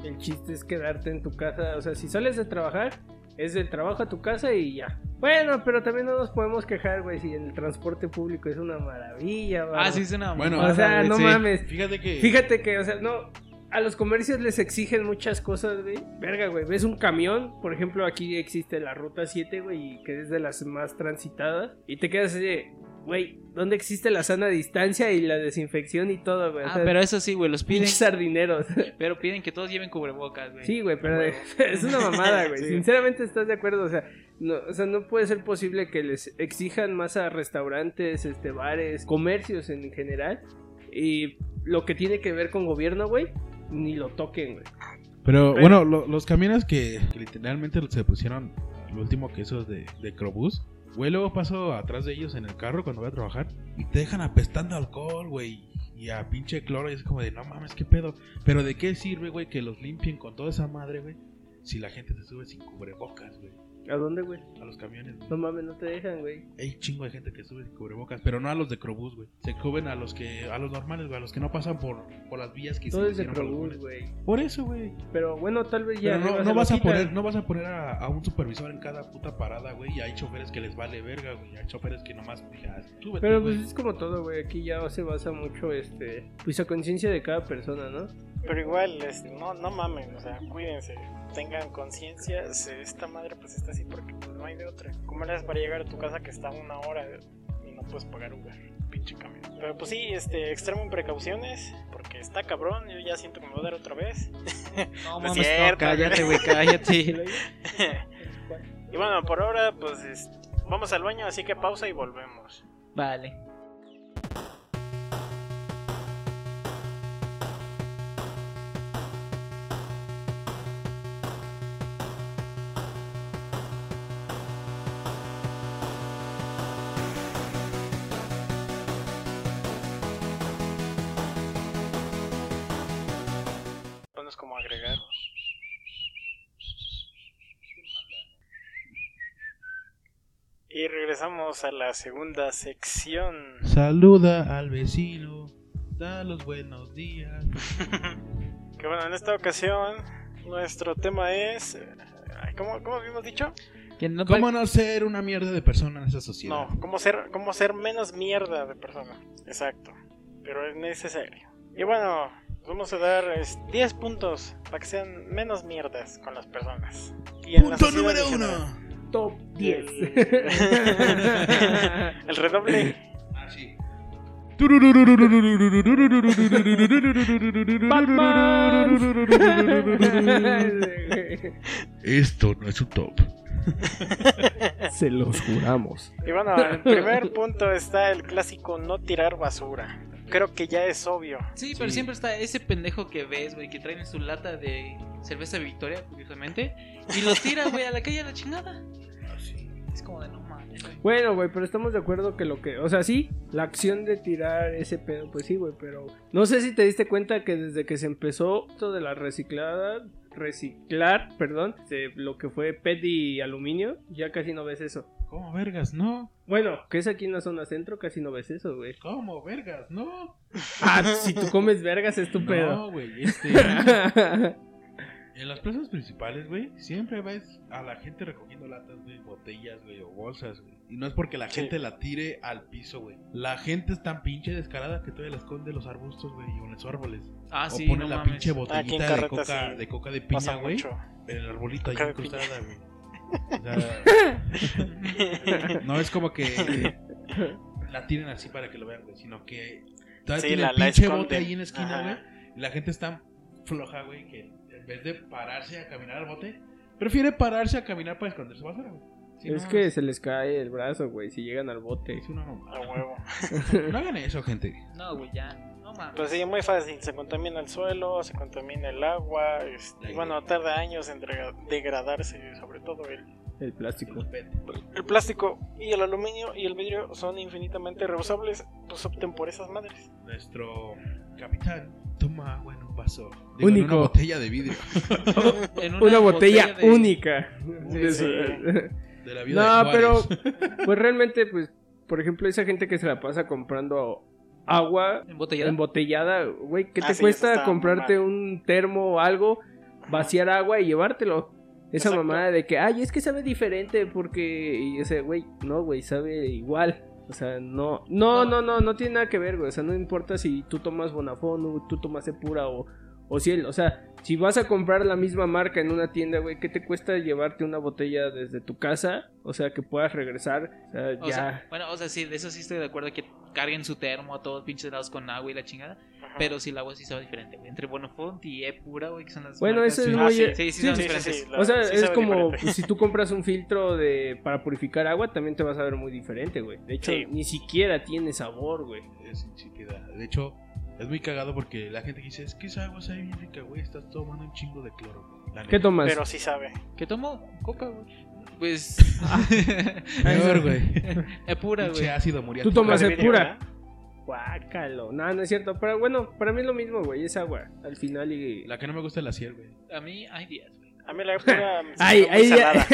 El chiste es quedarte en tu casa. O sea, si sales de trabajar, es del trabajo a tu casa y ya. Bueno, pero también no nos podemos quejar, güey, si el transporte público es una maravilla, güey.
Ah, sí, es una.
Bueno,
O sea, no
Sí.
mames.
Fíjate que.
Fíjate que, o sea, no. A los comercios les exigen muchas cosas, güey. Verga, güey. Ves un camión, por ejemplo, aquí existe la ruta 7, güey, y que es de las más transitadas. Y te quedas así de, güey, ¿dónde existe la sana distancia y la desinfección y todo, güey? O
Ah,
sea,
pero eso sí, güey, los piden.
pinches sardineros.
Pero piden que todos lleven cubrebocas, güey.
Sí, güey, pero <laughs> es una mamada,
<laughs>
güey.
Sí.
Sinceramente, ¿estás de acuerdo? O sea, no, o sea, no puede ser posible que les exijan más a restaurantes, este, bares, comercios en general. Y lo que tiene que ver con gobierno, güey, ni lo toquen, güey.
Pero
Pero-
bueno, lo- los camiones que, que literalmente se pusieron el último que esos de, de Crobus. Güey, luego paso atrás de ellos en el carro cuando voy a trabajar y te dejan apestando a alcohol, güey. Y a pinche cloro y es como de, no mames, qué pedo. Pero ¿de qué sirve, güey, que los limpien con toda esa madre, güey? Si la gente se sube sin cubrebocas, güey.
¿A dónde, güey?
A los camiones, güey.
No mames, no te dejan, güey.
Hay chingo de gente que sube sin cubrebocas, pero no a los de Crobus, güey. Se suben a los que, a los normales, güey, a los que no pasan por, por las vías que
Todo es de
hicieron para los
Crobús,
buses.
güey.
Por eso, güey.
Pero bueno, tal vez ya.
Pero no,
arriba
no
se
vas
lo
a
quitan.
poner, no vas a poner a, a un supervisor en cada puta parada, güey. Y hay choferes que les vale verga, güey. Hay choferes que nomás digas, súbete.
Pero pues
güey".
es como todo, güey. Aquí ya se basa mucho, este, pues a conciencia de cada persona, ¿no?
Pero igual, es- no, no mamen, o sea, cuídense, tengan conciencia, se- esta madre pues está así porque pues, no hay de otra. ¿Cómo le haces para llegar a tu casa que está a una hora y no puedes pagar Uber? Pinche camión. Pero pues sí, este, extremen precauciones, porque está cabrón, yo ya siento que me voy a dar otra vez.
No
No es
mames,
cierto,
no, cállate, güey, <laughs> cállate.
y bueno, por ahora pues es- vamos al baño, así que pausa y volvemos.
vale.
Pones como agregar. Y regresamos a la segunda sección.
Saluda al vecino. Da los buenos días.
Que bueno, en esta ocasión nuestro tema es... eh, ¿Cómo, cómo habíamos dicho?
Que no
¿Cómo no ser una mierda de persona en esa sociedad?
No, cómo ser, cómo ser menos mierda de persona. Exacto. Pero es necesario. Y bueno, pues vamos a dar es, 10 puntos para que sean menos mierdas con las personas. Y en la
Punto
sociedad
número
en general.
uno.
Top 10. <laughs>
<laughs>
El redoble.
Ah, sí. Esto no es un top.
<laughs> Se los juramos.
Y bueno, el primer punto está el clásico no tirar basura. Creo que ya es obvio.
Sí, pero siempre está ese pendejo que ves, güey, que traen en su lata de cerveza Victoria, curiosamente, y los tira, güey, a la calle a la chingada. Es como de no mames, güey.
Bueno, güey, pero estamos de acuerdo que lo que. O sea, sí, la acción de tirar ese pedo, pues sí, güey, pero. No sé si te diste cuenta que desde que se empezó esto de la reciclada. Reciclar, perdón, de lo que fue PET y aluminio, ya casi no ves eso.
¿Cómo vergas? No.
Bueno, que es aquí en la zona centro, casi no ves eso, güey.
¿Cómo vergas? No.
<laughs> Ah, si tú comes vergas, estúpido.
No, güey. Este. En las plazas principales, güey, siempre ves a la gente recogiendo latas, güey, botellas, güey, o bolsas, güey. Y no es porque la
Sí.
gente la tire al piso, güey. La gente es tan pinche descarada que todavía la esconde en los arbustos, güey, y en los árboles.
Ah,
o
sí,
pone
no
la
mames.
pinche
Aquí en
botellita de,
carreta
coca,
sí
de coca de
Pasa
piña, güey,
mucho.
en el arbolito ahí
Coca de piña.
incrustada, güey. O sea,
<laughs>
no es como que eh, la tiren así para que lo vean, güey, sino que todavía
Sí,
tiene
la-
el
la
pinche
esconden.
bote ahí en la esquina,
Ajá.
güey. Y la gente es tan floja, güey, que en vez de pararse a caminar al bote, prefiere pararse a caminar para esconder su basura, güey. Sí,
<laughs> Es
no,
que se les cae el brazo, güey, si llegan al bote.
es una
A
mamada.
huevo.
No hagan eso, gente.
No, güey, ya. No <laughs> mames.
Pues sí, muy fácil. Se contamina el suelo, se contamina el agua. este, y bueno, tarda años en dre- degradarse, sobre todo el,
El plástico.
el plástico y el aluminio y el vidrio son infinitamente reusables. Pues opten por esas madres.
Nuestro capitán toma agua en un vaso. Digo, en
Único.
una botella de vidrio.
En
Una botella
de-
única. De
sí.
su-
De la vida
No,
de
pero
Juárez.
pues realmente, pues, por ejemplo, esa gente que se la pasa comprando agua
En botella.
embotellada, güey, ¿qué
Ah,
te
sí, eso está
cuesta
muy
comprarte
mal.
un termo o algo, vaciar agua y llevártelo? Esa
Exacto.
mamada de que, ay, es que sabe diferente porque, y ese, güey, no, güey, sabe igual. O sea, no, no, no, no, no tiene nada que ver, güey. O sea, no importa si tú tomas Bonafón o tú tomas Epura o, o Ciel. O sea, si vas a comprar la misma marca en una tienda, güey, ¿qué te cuesta llevarte una botella desde tu casa? O sea, que puedas regresar. O sea,
O
ya.
sea, bueno, o sea, sí, de eso sí estoy de acuerdo que carguen su termo a todos pinches lados con agua y la chingada.
Ajá.
Pero sí, el agua sí estaba diferente, güey. Entre Bonafont y E pura, güey, que son las.
Bueno,
marcas.
ese
Ah,
güey,
sí,
eh,
Sí, sí,
Sí,
son
sí, sí,
diferentes.
sí, la-
O sea,
sí
es
sabe
como
diferente.
pues, si tú compras un filtro de para purificar agua, también te vas a ver muy diferente, güey. De hecho,
Sí.
ni siquiera tiene sabor, güey.
es insípida. De hecho, es muy cagado porque la gente que dice, es que esa agua sabe bien rica, güey, estás tomando un chingo de cloro. güey". La
¿Qué
neta.
tomas?
Pero sí
<laughs>
sabe.
¿Qué tomo? Coca, güey. Pues. <laughs>
Peor,
<laughs>
güey.
E pura, güey.
Pinche ácido muriático.
Tú tomas
Hace
de
vidrio,
pura. Guácalo. No, no es cierto. Pero bueno, para mí es lo mismo, güey. Es agua. Al final y.
La que no me gusta es la ciel, güey.
A mí hay días, güey.
A mí la pura. me
Ay,
sabe muy
ay,
salada.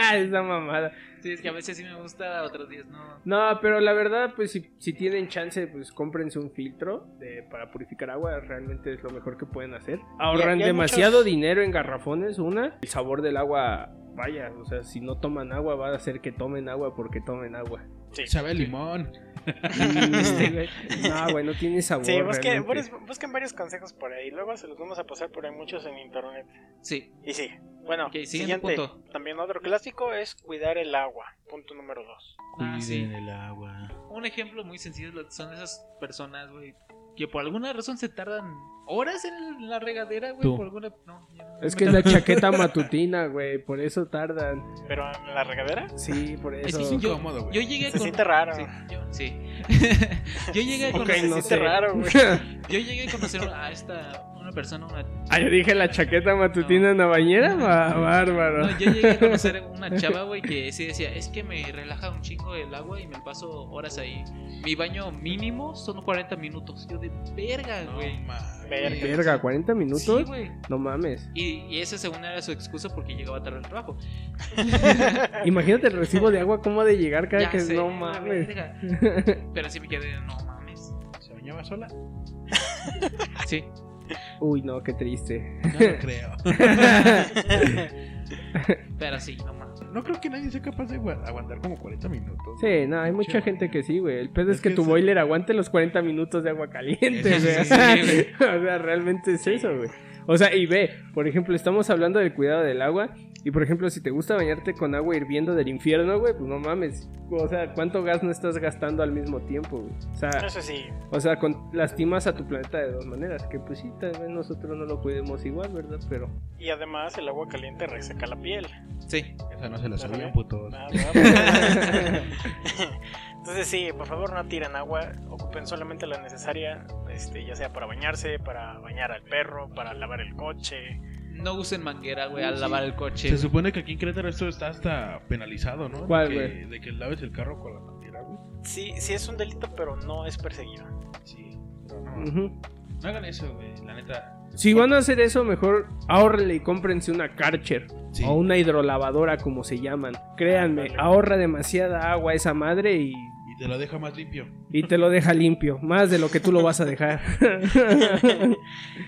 ay, <laughs> esa mamada.
Sí, es que a veces sí me gusta, otros días no.
No, pero la verdad, pues si, si tienen chance, pues cómprense un filtro de, para purificar agua. Realmente es lo mejor que pueden hacer. Ahorran
y hay
demasiado
muchos-
dinero en garrafones, una. El sabor del agua, vaya, o sea, si no toman agua, va a hacer que tomen agua porque
<laughs>
tomen agua. <laughs>
Sí.
Sabe a limón.
Este, güey. no, güey, no tiene sabor.
Sí, pues busquen,
realmente.
busquen- busquen varios consejos por ahí. Luego se los vamos a pasar por ahí muchos en internet.
Sí,
Y sí. Bueno,
Ok, siguiente
siguiente.
punto.
También otro clásico es cuidar el agua. Punto número dos.
Ah, sí.
Cuiden el agua.
un ejemplo muy sencillo lo- son esas personas, güey, que por alguna razón se tardan horas en la regadera, güey,
Tú.
por alguna... No, ya no.
Es que es la chaqueta matutina, güey, por eso tardan.
Pero en la regadera
Sí, por
Es
eso.
que
Eso-
yo,
Incómodo, güey.
yo llegué
se
con...
siente raro.
Sí, yo, sí. <laughs> yo, llegué a <laughs>
Ok,
conocer,
no
se siente
sé. <laughs>
raro, güey.
yo llegué a conocer a esta... Una persona, una...
Ah, yo dije la chaqueta matutina en la bañera, va, bárbaro.
No, yo llegué a conocer a una chava, güey, que sí decía, es que me relaja un chingo el agua y me paso horas ahí. Mi baño mínimo son 40 minutos. Yo de verga,
No,
güey.
mames.
Verga.
Verga, 40 minutos.
Sí, güey.
no mames.
Y, y esa según era su excusa porque llegaba tarde al trabajo.
Imagínate el recibo de agua, cómo ha de llegar cada
Ya
que
sé,
no
la
mames.
verga. Pero sí me quedé, no mames.
¿Se bañaba sola?
<laughs> Sí.
Uy, no, qué triste.
No lo creo.
Pero sí, no mames.
No creo que nadie sea capaz de agua- aguantar como 40 minutos.
Sí, no, hay
Che,
mucha gente que sí, güey. El pedo
Es
es, que,
que
tu
sí.
boiler aguante los 40 minutos de agua caliente,
Eso sí,
güey.
sí,
sí,
<laughs> o sea, realmente es eso, güey. O sea, y ve, por ejemplo, estamos hablando del cuidado del agua. Y por ejemplo, si te gusta bañarte con agua hirviendo del infierno, güey, pues no mames. O sea, ¿cuánto gas no estás gastando al mismo tiempo, güey? O sea,
Eso sí.
o sea con, lastimas a tu planeta de dos maneras. Que pues sí, tal vez nosotros no lo cuidemos igual, ¿verdad? Pero.
Y además el agua caliente reseca la piel.
Sí.
Esa no se la
Ajá.
sabían, putos.
Nada, nada. Entonces sí, por favor no tiren agua. Ocupen solamente la necesaria. Este, ya sea para bañarse, para bañar al perro, para lavar el coche.
No usen manguera, güey, al lavar el coche.
Se
<laughs>
supone que aquí en Querétaro esto está hasta penalizado, ¿no?
¿Cuál,
Que-
güey?
De que laves el carro con la bandera, güey.
Sí, sí es un delito, pero no es perseguido.
Sí, pero no.
ujú.
No hagan eso, güey. La neta.
Si van a hacer eso, mejor ahorrenle y cómprense una Karcher
Sí.
o una hidrolavadora, como se llaman. Créanme,
Ándale.
ahorra demasiada agua esa madre y
Y te lo deja más limpio.
Y te lo deja limpio, más de lo que tú lo vas
<laughs>
a dejar.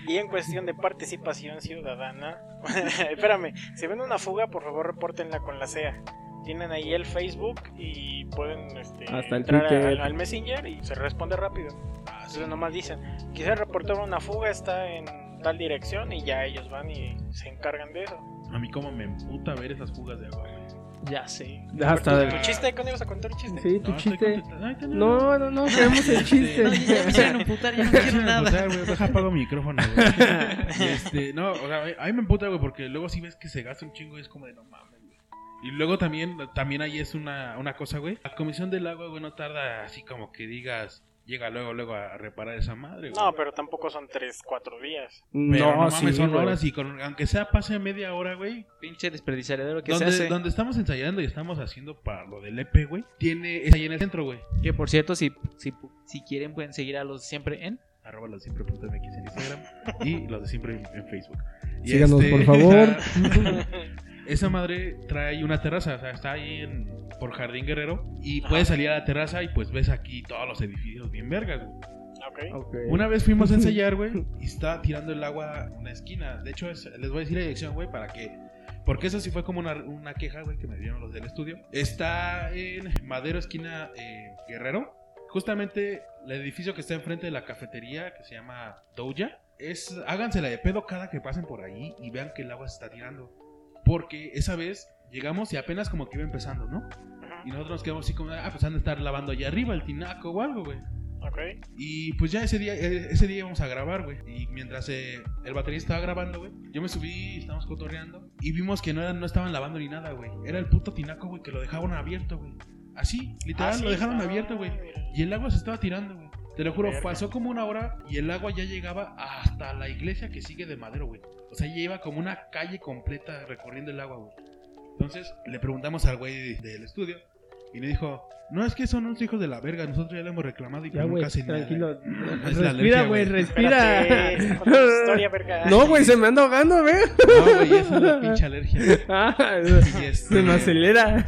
y en cuestión de participación ciudadana, <laughs> espérame, si ven una fuga, por favor, repórtenla con la CEA. Tienen ahí el Facebook y pueden este,
Hasta el
entrar
Twitter.
al, al Messenger y se responde rápido. Entonces nomás dicen, quizás reportar una fuga está en tal dirección y ya ellos van y se encargan de eso.
A mí como me emputa ver esas fugas de agua. güey.
Ya sé.
Hasta
¿Tu
del-
chiste? ¿Cuándo ibas a contar un chiste?
Sí, tu
No, estoy
chiste.
contenta- Ay, te lo-
No, no, no, queremos el chiste.
No, ya, ya me
<laughs>
hicieron emputar, ya <laughs> no hicieron nada.
emputar, güey. Deja apago mi micrófono,
<laughs>
güey. Este, no, o sea, a mí me emputa, güey, porque luego si ves que se gasta un chingo y es como de no mames, güey. Y luego también, también ahí es una, una cosa, güey. La comisión del agua, güey, no tarda así como que digas, llega luego, luego a reparar esa madre, güey.
No, pero tampoco son 3, 4 días.
Pero no, mames,
sí,
son
güey.
horas y con, aunque sea pase media hora, güey.
Pinche desperdiciadero que se
Donde,
hace.
donde estamos ensayando y estamos haciendo para lo del EP, güey. Tiene, está ahí en el centro, güey.
Que por cierto, si, si, si quieren pueden seguir a los siempre en.
Arroba los de siempre punto MX en Instagram y los de siempre en, en Facebook. Y este,
Síganos, por
<laughs>
favor.
Esa madre trae una terraza, o sea, está ahí en, por Jardín Guerrero y puedes salir a la terraza y pues ves aquí todos los edificios bien vergas, güey.
Ok.
Ok.
Una vez fuimos a ensayar, güey, y estaba tirando el agua a una esquina. De hecho, es- les voy a decir la dirección, güey, para que... Porque eso sí fue como una, una queja, güey, que me dieron los del estudio. Está en Madero, esquina eh, Guerrero. Justamente el edificio que está enfrente de la cafetería, que se llama Doja. Es, hágansela de pedo cada que pasen por ahí y vean que el agua se está tirando. Porque esa vez llegamos y apenas como que iba empezando, ¿no? Y
Ujú.
nosotros nos quedamos así como, ah, pues han de estar lavando allá arriba el tinaco o algo, güey.
Ok.
Y pues ya ese día, eh, ese día íbamos a grabar, güey. Y mientras eh, el baterista estaba grabando, güey, yo me subí, estábamos cotorreando. Y vimos que no, eran- no estaban lavando ni nada, güey. Era el puto tinaco, güey, que lo dejaban abierto, güey. Así, literal,
Ah, sí.
lo dejaron
Ah,
abierto, güey.
mira.
Y el agua se estaba tirando, güey. Te lo juro,
Verga.
pasó como una hora y el agua ya llegaba hasta la iglesia que sigue de madero, güey. O sea, ya iba como una calle completa recorriendo el agua, güey. Entonces le preguntamos al güey de- del estudio y le dijo: No, es que son unos hijos de la verga, nosotros ya le hemos reclamado y que
Ya,
nunca
güey,
hacen nada".
tranquilo.
Es la
Respira,
alergia,
güey,
güey.
respira.
Espérate, con tu historia, verga.
<laughs>
<laughs>
No, güey, se me anda
<laughs>
ahogando, güey.
No, güey, esa es la pinche alergia. güey.
Ah, <laughs>
Y este-
se me acelera.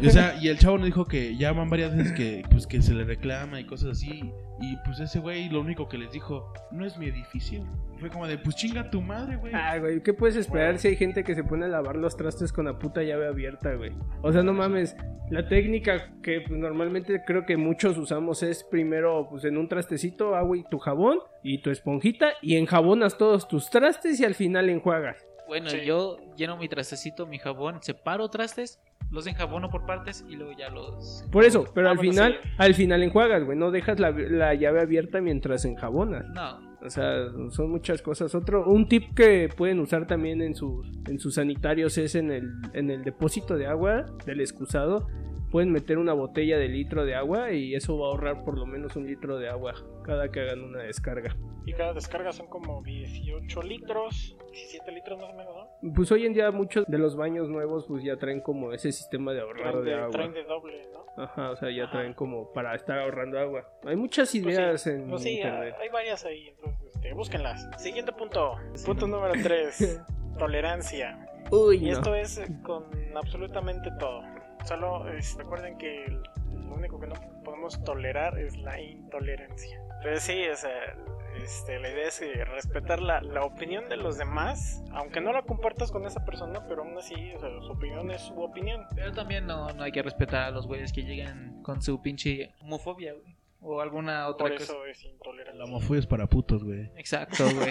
Y, o sea, y el chavo nos dijo que ya van varias veces que, pues, que se le reclama y cosas así. Y pues ese güey lo único que les dijo, no es mi edificio. Fue como de, pues chinga tu madre, güey.
<laughs> Ah, güey, ¿qué puedes esperar si hay gente que se pone a lavar los trastes con la puta llave abierta, güey? O sea, no mames, la técnica que pues, normalmente creo que muchos usamos es primero, pues en un trastecito, agua y tu jabón y tu esponjita y enjabonas todos tus trastes y al final enjuagas.
Bueno,
Sí.
yo lleno mi trastecito, mi jabón, separo trastes, los enjabono por partes y luego ya los.
Por eso, pero
Ah,
al
bueno,
final,
sí.
al final enjuagas, güey, no dejas la, la llave abierta mientras enjabonas.
No,
O sea, son muchas cosas. Otro, un tip que pueden usar también en sus, en sus sanitarios es en el, en el depósito de agua del excusado. Pueden meter una botella de litro de agua y eso va a ahorrar por lo menos un litro de agua cada que hagan una descarga.
Y cada descarga son como 18 litros, 17 litros más o menos, ¿no?
Pues hoy en día muchos de los baños nuevos pues ya traen como ese sistema de ahorrar
Traen
de
de,
agua.
traen de doble, ¿no?
Ajá, o sea, ya
Ajá.
traen como para estar ahorrando agua. Hay muchas ideas en
Pues sí,
internet.
hay varias ahí, entonces este, búsquenlas. Siguiente punto, punto número
<laughs>
3, tolerancia.
Uy,
ah, Y
no.
esto es con absolutamente todo. Solo es- recuerden que el- lo único que no podemos tolerar es la intolerancia. Entonces sí, o sea, este, la idea es eh, respetar la, la opinión de los demás, aunque no la compartas con esa persona, pero aún así, o sea, su opinión es su opinión.
pero también no, no hay que respetar a los güeyes que llegan con su pinche homofobia, güey. O alguna otra
Por
cosa.
eso es
La
intolerante.
homofobia es para putos, güey.
Exacto,
<laughs>
güey.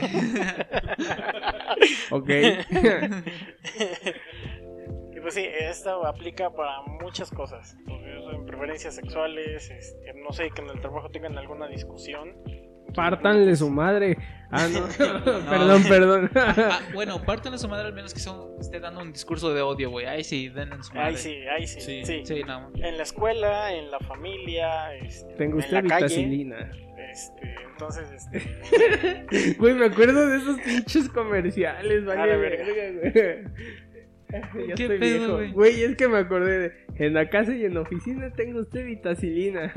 Ok.
<laughs>
<laughs>
Y pues sí, esta aplica para muchas cosas. Pues, o sea, en preferencias sexuales, este, no sé, que en el trabajo tengan alguna discusión.
Pártanle su madre. Ah, no. perdón,
No.
perdón.
Ah, bueno, parten a su madre al menos que son, esté dando un discurso de odio, güey. Ahí sí, den en su madre.
Ahí sí, ahí sí.
Sí.
sí.
Sí,
<laughs>
no. <laughs>
En la escuela, en la familia, este,
Tengo
en
usted
la calle.
vitacilina.
Este, entonces, este,
Güey, me acuerdo de esos pinches comerciales,
la
vale
verga.
verga, güey. Ya
¿Qué
estoy
pedo,
viejo.
güey?
Güey, es que me acordé de en la casa y en la oficina tengo usted vitacilina.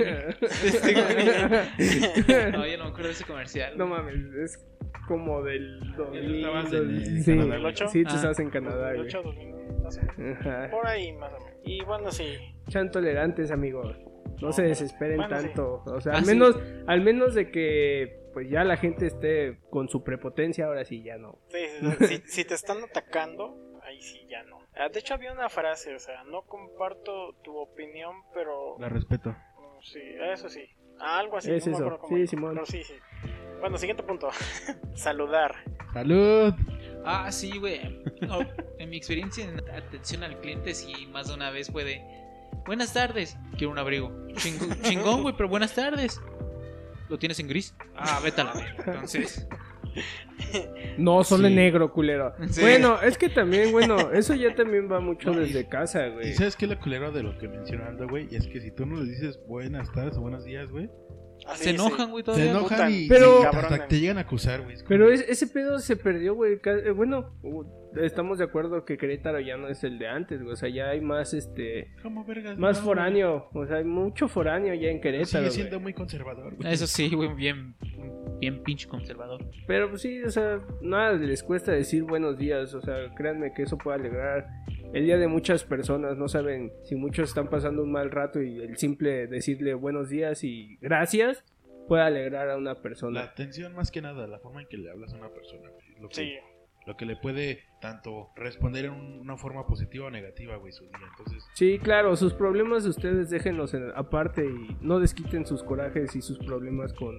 No, yo no me acuerdo de ese comercial.
<laughs> no mames, es como del 2000,
estabas en, eh,
sí,
Canadá,
güey.
sí, tú
Ah.
estabas en Canadá, güey.
2008, 2009, más o menos.
Ajá.
Por ahí, más o menos. Y bueno, sí.
Sean tolerantes, amigos. No se desesperen
Bueno, sí.
tanto. O sea,
Ah,
al
sí.
menos, al menos de que pues ya la gente esté con su prepotencia, ahora sí ya no.
Sí,
<laughs>
sí, sí. si, si te están atacando, ahí sí ya no. Ah, De hecho había una frase, o sea, no comparto tu opinión, pero
La respeto.
mm, sí, eso sí. Ah, algo así,
Es
no me
eso.
acuerdo cómo
Sí,
era,
Simón.
pero sí, sí. Bueno, siguiente punto. <laughs> Saludar.
¡Salud!
Ah, sí, güey. No, en mi experiencia en atención al cliente, sí, más de una vez puede. Buenas tardes, quiero un abrigo.
<laughs>
Chingo- chingón, güey, pero buenas tardes. ¿Lo tienes en gris? Ah, vete a la verga,
<laughs>
Entonces,
No, solo
Sí.
en negro, culero.
Sí.
Bueno, es que también, bueno, eso ya también va mucho
No, y-
desde casa, güey.
¿Y sabes qué es lo culero de lo que mencionando, güey? Es que si tú no les dices buenas tardes o buenos días, güey,
Así,
se enojan, güey,
se
todavía.
enoja.
enojan y,
Pero-
y hasta te llegan a acusar, güey. Es como-
Pero es- ese pedo se perdió, güey. Ca- eh, Bueno, u- estamos de acuerdo que Querétaro ya no es el de antes, güey. O sea, ya hay más, este,
¿Cómo vergas?
más
no,
foráneo. O sea, hay mucho foráneo ya en
güey?
Querétaro.
Sigue
güey.
siendo muy conservador, güey.
Eso sí, güey, bien, bien pinche conservador.
Pero pues sí, o sea, nada les cuesta decir buenos días, o sea, créanme que eso puede alegrar el día de muchas personas, no saben si muchos están pasando un mal rato y el simple decirle buenos días y gracias puede alegrar a una
La
persona.
atención más que nada, la forma en que le hablas a una persona, güey. Lo que,
Sí,
lo que le puede tanto responder en un- una forma positiva o negativa, güey, su día. Entonces,
Sí, claro, sus problemas ustedes déjenlos en- aparte y no desquiten sus corajes y sus problemas con,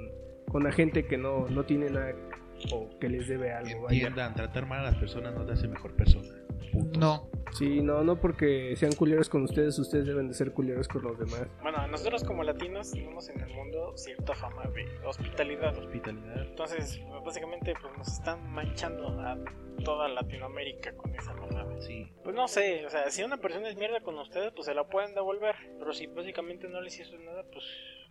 con la gente que no, no tiene nada o que les debe algo. vaya.
entiendan, tratar mal a las personas no te hace mejor persona. Punto.
No,
Sí, no, no porque sean culeros con ustedes, ustedes deben de ser culeros con los demás.
bueno, nosotros como latinos tenemos en el mundo cierta fama de hospitalidad.
Hospitalidad.
Entonces, básicamente, pues nos están manchando a toda Latinoamérica con esa mamada.
Sí.
Pues no sé, o sea, si una persona es mierda con ustedes, pues se la pueden devolver. Pero si básicamente no les hizo nada, pues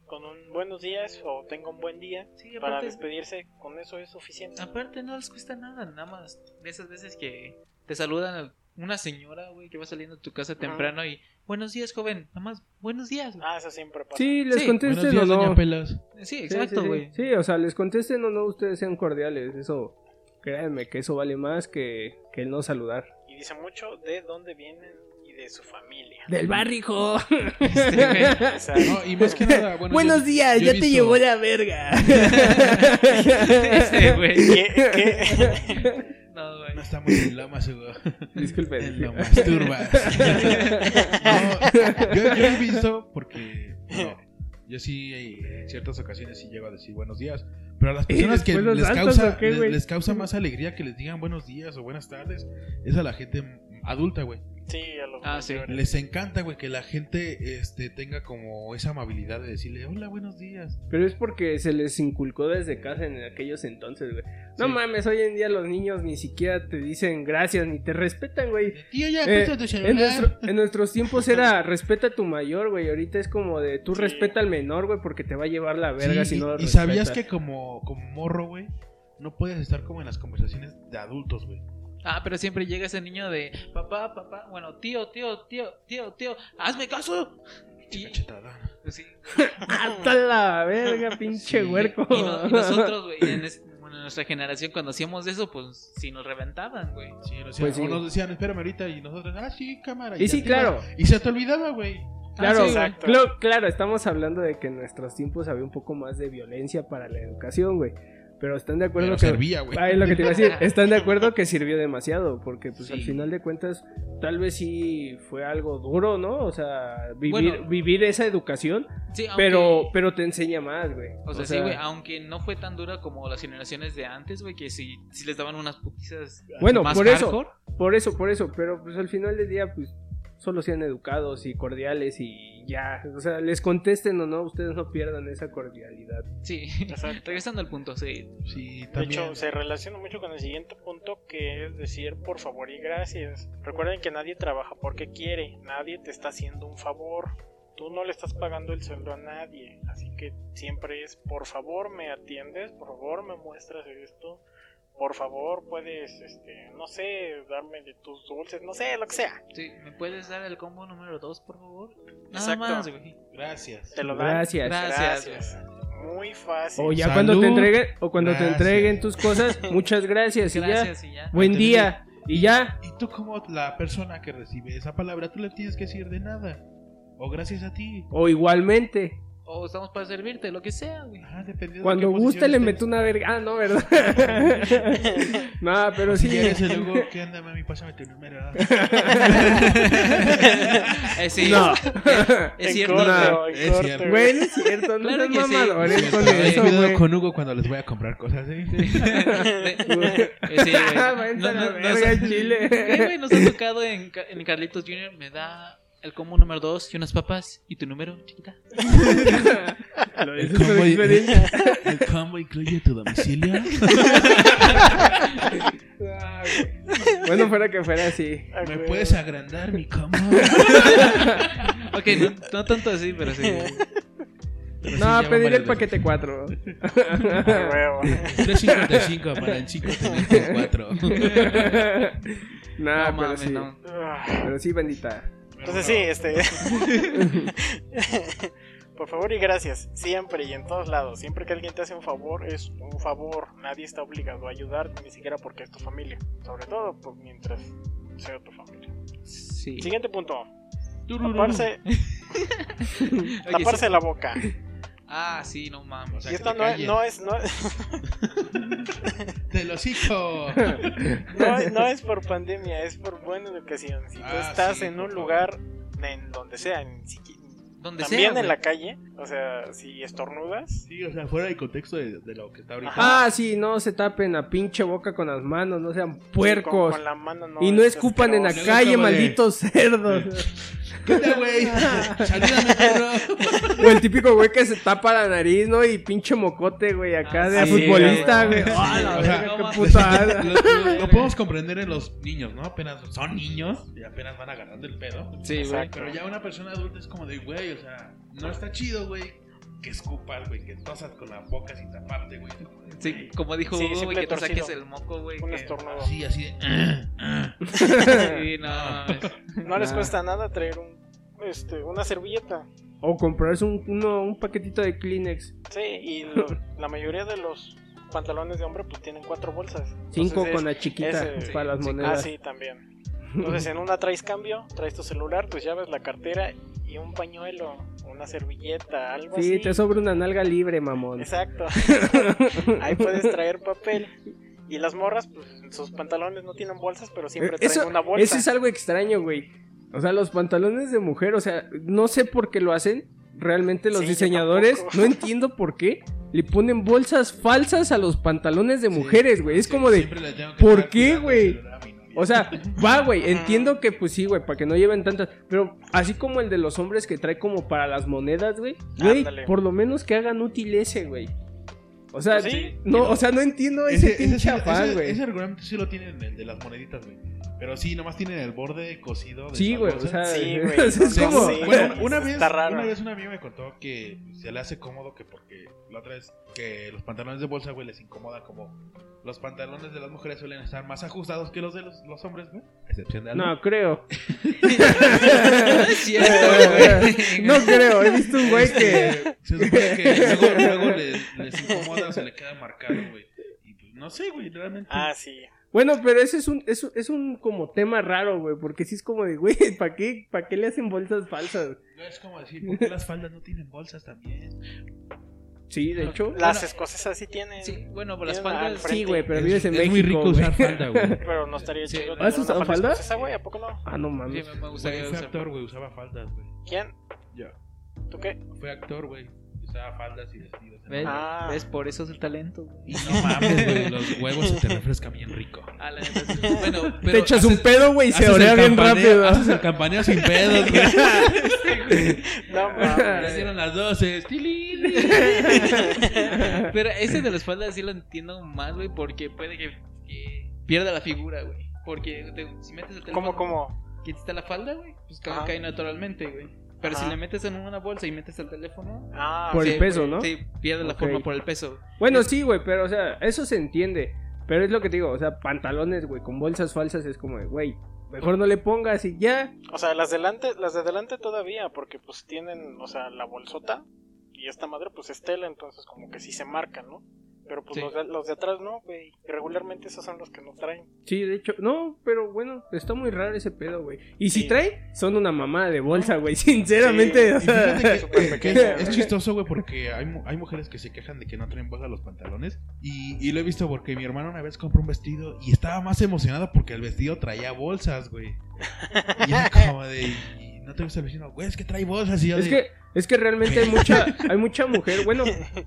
con un buenos días o tenga un buen día
sí,
para
aparte,
despedirse, con eso es suficiente.
aparte no les cuesta nada, nada más. De esas veces que te saludan una señora, güey, que va saliendo de tu casa temprano y buenos días, joven, nada más, buenos días. güey.
Ah, eso siempre pasa.
Sí, les
Sí,
contesten
Buenos días,
o no.
doña Pelas.
Sí,
Sí,
exacto,
sí, sí.
güey.
Sí, o sea, les contesten o no, ustedes sean cordiales. Eso, créanme que eso vale más que, que el no saludar.
<laughs>
<laughs>
Y dice mucho de dónde vienen y de su familia.
Del barrijo.
Este,
<laughs>
güey.
O sea,
No, y más que
<laughs>
nada, bueno,
Buenos
yo-
días,
yo he
ya te
visto-
llevó la verga.
<laughs>
<laughs>
Ese, güey.
¿qué- qué? <laughs>
No, güey.
No estamos en Loma, seguro.
Disculpen.
En Loma, <laughs> turbas. <laughs> No, yo, yo he visto, porque bueno, yo sí, en ciertas ocasiones sí llego a decir buenos días. Pero a las personas que
después los
les
saltas,
causa,
¿o qué,
les-
güey?
les causa más alegría que les digan buenos días o buenas tardes es a la gente adulta, güey.
Sí, a los
Ah, sí.
mayores.
Les encanta, güey, que la gente este, tenga como esa amabilidad de decirle hola, buenos días.
Pero es porque se les inculcó desde casa en aquellos entonces, güey. No
Sí.
mames, hoy en día los niños ni siquiera te dicen gracias ni te respetan, güey.
Tío, ya,
Eh,
presta tu
En,
celular.
nuestro- en nuestros tiempos era respeta a tu mayor, güey. Ahorita es como de tú
Sí.
respeta al menor, güey, porque te va a llevar la
Sí,
verga si
y,
no lo
y sabías
respetas.
que como, como morro, güey, no puedes estar como en las conversaciones de adultos, güey.
Ah, pero siempre llega ese niño de papá, papá, bueno, tío, tío, tío, tío, tío, hazme caso. Y,
Cachetadona.
pues sí.
Hasta la verga, pinche
Sí.
huerco.
Y no- y nosotros, güey, en, es- bueno, en nuestra generación, cuando hacíamos eso, pues sí nos reventaban, güey.
Sí, nos decían,
Pues sí.
o nos decían, espérame ahorita, y nosotros, ah, sí, cámara.
<laughs> y
ya
sí,
te ibas.
claro,
Y se te olvidaba, güey.
Ah, claro,
Ah, sí,
claro,
exacto.
claro, estamos hablando de que en nuestros tiempos había un poco más de violencia para la educación, güey. Pero están de acuerdo
Pero
que...
servía, güey.
Ah, es lo que te iba
<laughs>
a decir. Están de acuerdo que sirvió demasiado, porque pues al
Sí.
final de cuentas tal vez sí fue algo duro, ¿no? O sea, vivir,
Bueno.
vivir esa educación,
Sí, aunque-
pero pero te enseña más, güey.
O sea, sí, güey, ah. aunque no fue tan dura como las generaciones de antes, güey, que sí, sí les daban unas putizas
Bueno,
más
por eso,
hardcore.
Por eso, por eso, pero pues al final del día, pues solo sean educados y cordiales y ya. O sea, les contesten o no, ustedes no pierdan esa cordialidad.
Sí. <laughs>
Exacto.
Regresando al punto, sí.
Sí,
De
también.
hecho, se relaciona mucho con el siguiente punto que es decir por favor y gracias. Recuerden que nadie trabaja porque quiere, nadie te está haciendo un favor. Tú no le estás pagando el sueldo a nadie, así que siempre es por favor me atiendes, por favor me muestras esto, por favor puedes, este, no sé, darme de tus dulces, no sé, lo que sea.
Sí, ¿me puedes dar el combo número 2, por favor? Nada
Exacto.
más, güey.
Gracias.
Te lo dan.
Gracias.
Gracias.
Gracias. Muy fácil.
O ya
Salud.
cuando te entreguen, o cuando te
Gracias.
entreguen
<laughs>
tus cosas, muchas gracias, y
Gracias y ya.
ya. Buen
Te
día. Y ya.
Y tú como la persona que recibe esa palabra, tú le tienes que decir de nada. O gracias a ti.
O igualmente.
O estamos para servirte, lo que sea, güey.
Ajá, dependiendo
Cuando
de qué
guste
posición
le
estés.
meto una verga. Ah, no, ¿verdad?
<laughs>
no, pero sí.
Si eres el Hugo, ¿qué onda, mami? Pásame tu número.
<laughs> Eh, sí,
No.
<laughs> es
En
cierto.
corto.
corto, en
es
corto,
cierto.
Güey, no es cierto, no
Claro
sean
que sí.
mamadores con
Ten
eso,
cuidado
güey.
con Hugo cuando les voy a comprar cosas, ¿eh?
Eh, sí, güey.
Váyanse a la verga,
nos-
Chile.
Eh, güey, nos ha tocado en, Ca- en Carlitos Jr. Me da el combo número 2 y unas papas. ¿Y tu número, chiquita?
Lo
El
dices por
combo-
experiencia.
¿El combo incluye tu domicilio?
Ah, güey. Bueno, fuera que fuera así.
Ah,
¿Me
güey.
puedes agrandar mi combo?
Ok, no, no tanto así, pero <laughs> sí.
No, pediré el
paquete
<laughs>
paquete 4.
Ah, huevo.
355 para el chico tener <laughs> 4.
<laughs> Nah,
no
pero
mames,
sí.
no.
<laughs>
<laughs> Ah,
Pero sí, bandita.
Entonces sí, este... <laughs> Por favor y gracias, siempre y en todos lados. Siempre que alguien te hace un favor, es un favor. Nadie está obligado a ayudarte, ni siquiera porque es tu familia. Sobre todo por mientras sea tu familia.
Sí.
Siguiente punto.
Tururú.
Taparse,
Oye,
taparse
sí.
la boca.
Ah, sí, no mames.
Y esto no es, no es, no,
<laughs> ¡Te lo hocico!
No, es- no es por pandemia, es por buena educación. Si tú
Ah,
estás
sí,
en
por
un
favor.
lugar, en donde sea, en siqui-
Donde
también
sea,
en la calle, o sea, si estornudas,
Sí, o sea, fuera del contexto de, de lo que está ahorita.
Ah, sí, no se tapen la pinche boca con las manos, no sean
con,
puercos.
con la mano no. este,
y no
es
escupan en la
asqueroso.
calle,
Luego como de-
malditos cerdos.
¿Qué onda,
<laughs>
güey? ¡Salúdame, perro!
o el típico güey que se tapa la nariz, ¿no? Y pinche mocote, güey, acá
Ah,
de
sí,
futbolista, güey.
güey.
Ah, la <laughs>
O sea,
verga,
no
qué
mames.
puta
Lo,
asco.
lo- lo podemos comprender en los niños, ¿no? Apenas son niños y apenas van agarrando el pedo.
Sí, güey.
Exacto.
Pero ya una persona adulta es como de, güey, o sea, no está chido, güey, que escupas, güey, que tosas con la boca sin taparte, güey.
Sí, como dijo
Sí,
Hugo, güey,
simple
que te
torcido.
saques el moco, güey.
un
que-
estornudo.
Así, así de... "Ah, ah".
<laughs> Sí,
<laughs>
no mames. <laughs>
No les
Ah.
cuesta nada traer un, este, una servilleta.
O comprarse un, uno- un paquetito de Kleenex.
Sí, y
<laughs>
lo- la mayoría de los pantalones de hombre pues tienen cuatro bolsas.
Cinco
Entonces,
con la chiquita
ese-
para las
sí,
Ah,
monedas.
sí, también. Entonces en una traes cambio, traes tu celular, tus llaves, la cartera y un pañuelo, una servilleta, algo así.
Sí, te sobra una nalga libre, mamón. <laughs>
Exacto. Ahí puedes traer papel. Y las morras, pues sus pantalones no tienen bolsas, pero siempre traen
Eh, Eso-
una bolsa.
Eso es algo extraño, güey. O sea, los pantalones de mujer, o sea, no sé por qué lo hacen. Realmente los
Sí, yo
diseñadores,
tampoco.
no entiendo por qué, le ponen bolsas falsas a los pantalones de mujeres, güey. Es
Sí,
como de...
siempre le tengo que
¿por
estar
qué,
cuidando el
güey?
celular a mi novia.
O sea, va, güey,
Ajá.
entiendo que pues sí, güey, para que no lleven tantas, pero así como el de los hombres que trae como para las monedas, güey, güey,
Ándale.
por lo menos que hagan útil ese, güey. O sea,
Pues Sí.
no, o sea, no entiendo ese,
ese,
pinche
sí-
afán,
ese-
güey.
ese argumento sí lo tienen el de las moneditas, güey. Pero sí, nomás tienen el borde cosido. De
Sí,
pues, la
güey, o
bolsa.
sea,
Sí,
<laughs>
güey,
es
no
como...
sé.
Bueno,
Sí,
una
está
vez,
raro.
una vez un amigo me contó que se le hace cómodo que porque la otra vez que los pantalones de bolsa, güey, les incomoda como los pantalones de las mujeres suelen estar más ajustados que los de los, los hombres, güey. A Excepción de algo. <laughs>
No, creo.
No es cierto, güey.
No creo, he visto un
<laughs>
güey que...
Se supone que luego, luego les, les incomoda o se le queda marcado, güey. Y pues, no sé, güey, realmente.
Ah, sí.
Bueno, pero ese es un, es, un- es un como tema raro, güey, porque sí es como de, güey, <laughs> ¿para qué, ¿para qué le hacen bolsas falsas?
No es como decir, ¿por qué las faldas no tienen bolsas también? <laughs>
Sí, de hecho.
Las escocesas sí tienen.
Sí, bueno, por las
Tienen al
faldas.
frente.
Sí, güey, pero
Es-
vives en
es
México,
muy rico
güey.
usar falda,
<laughs>
güey.
Pero no estaría
Sí,
chido.
¿no?
tener
¿Has usado
una
falda?
escocesa, güey, ¿a poco no?
Ah, no
Sí,
mames.
me- me gustaría
Güey, Fue
usar-
actor, güey, usaba faldas, güey.
¿Quién?
Ya.
¿Tú
<laughs>
qué?
Fue actor, güey. Usaba faldas y vestidos.
¿Ves?
Ah.
¿Ves? Por eso es el talento, güey.
Y no mames, güey, los huevos se te refrescan bien rico.
Ah, la neta, sí. Bueno, pero
Te echas un pedo, güey, y se
Haces
orea
el
bien
campaneo-
rápido.
Haces el campaneo sin pedos, güey.
<laughs>
No,
ah,
ah, mames.
Ya dieron las eh. 12. tilín.
<laughs> Pero ese de las faldas sí lo entiendo más, güey, porque puede que, que pierda la figura, güey. Porque te- si metes <laughs> el teléfono,
¿Cómo, cómo?
que está la falda, güey, pues ca-
Ajá.
cae naturalmente, güey. Pero
Ajá.
si le metes en una bolsa y metes el teléfono,
Ah,
Por
sí.
el peso, ¿no?
sí, pierde la
Ok.
forma por el peso.
Bueno, sí, güey, pero, o sea, eso se entiende. Pero es lo que te digo, o sea, pantalones, güey, con bolsas falsas es como, de, güey, mejor no le pongas y ya.
O sea, las, delante, las de delante todavía, porque pues tienen, o sea, la bolsota. Y esta madre, pues es tela, entonces como que sí se marca, ¿no? Pero pues
Sí.
los, de, los de atrás no, güey. Y regularmente esos son los que no traen.
Sí, de hecho, no, pero bueno, está muy raro ese pedo, güey. Y si
Sí.
trae, son una mamada de bolsa, güey, <laughs> sinceramente.
Sí,
o
Y
sea,
fíjate que-
súper
que
pequeña,
es, es
güey.
chistoso, güey, porque hay, mu- hay mujeres que se quejan de que no traen baja los pantalones. Y, y lo he visto porque mi hermana una vez compró un vestido y estaba más emocionada porque el vestido traía bolsas, güey. Y <laughs> era como de. "Y No te gusta el vestido, güey, es que trae bolsas. Y yo
<laughs> Es
de,
que, es que realmente hay mucha, hay mucha mujer, bueno,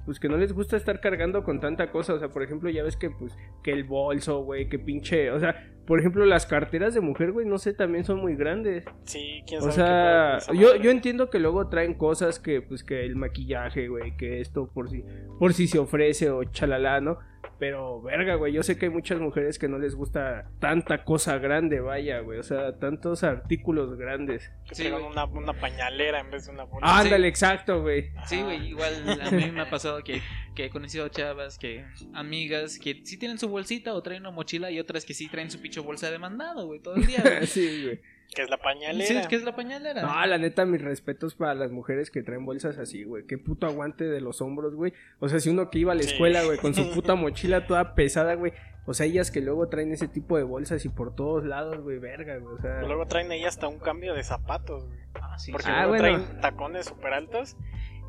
pues que no les gusta estar cargando con tanta cosa. O sea, por ejemplo, ya ves que, pues, que el bolso, güey, que pinche. O sea, por ejemplo, las carteras de mujer, güey, no sé, también son muy grandes.
Sí, quién
O
sabe.
sea,
qué pedo con esa
yo,
madre.
yo entiendo que luego traen cosas que, pues, que el maquillaje, güey, que esto por si, por si se ofrece o chalala, ¿no? Pero, verga, güey, yo sé que hay muchas mujeres que no les gusta tanta cosa grande, vaya, güey. O sea, tantos artículos grandes.
Que
Sí,
traigan
güey. Ah,
una, una pañalera en vez de una bolsa.
Ándale, exacto, güey. <laughs>
Sí, güey, igual a mí me ha pasado que, que he conocido chavas, que amigas, que sí tienen su bolsita o traen una mochila y otras que sí traen su pinche bolsa de mandado, güey, todo el día, güey.
Sí, güey.
Que es la <laughs> pañalera.
Sí, es que es la pañalera.
No, la neta, mis respetos para las mujeres que traen bolsas así, güey. Qué puto aguante de los hombros, güey. O sea, si uno que iba a la
Sí.
escuela, güey,
<laughs>
con su puta mochila toda pesada, güey. O sea, ellas que luego traen ese tipo de bolsas y por todos lados, güey, verga, güey. O sea,
Pero Luego traen ahí hasta un cambio de zapatos, güey.
Ah, sí,
Porque
sí.
Ah,
luego
bueno.
traen tacones súper altos.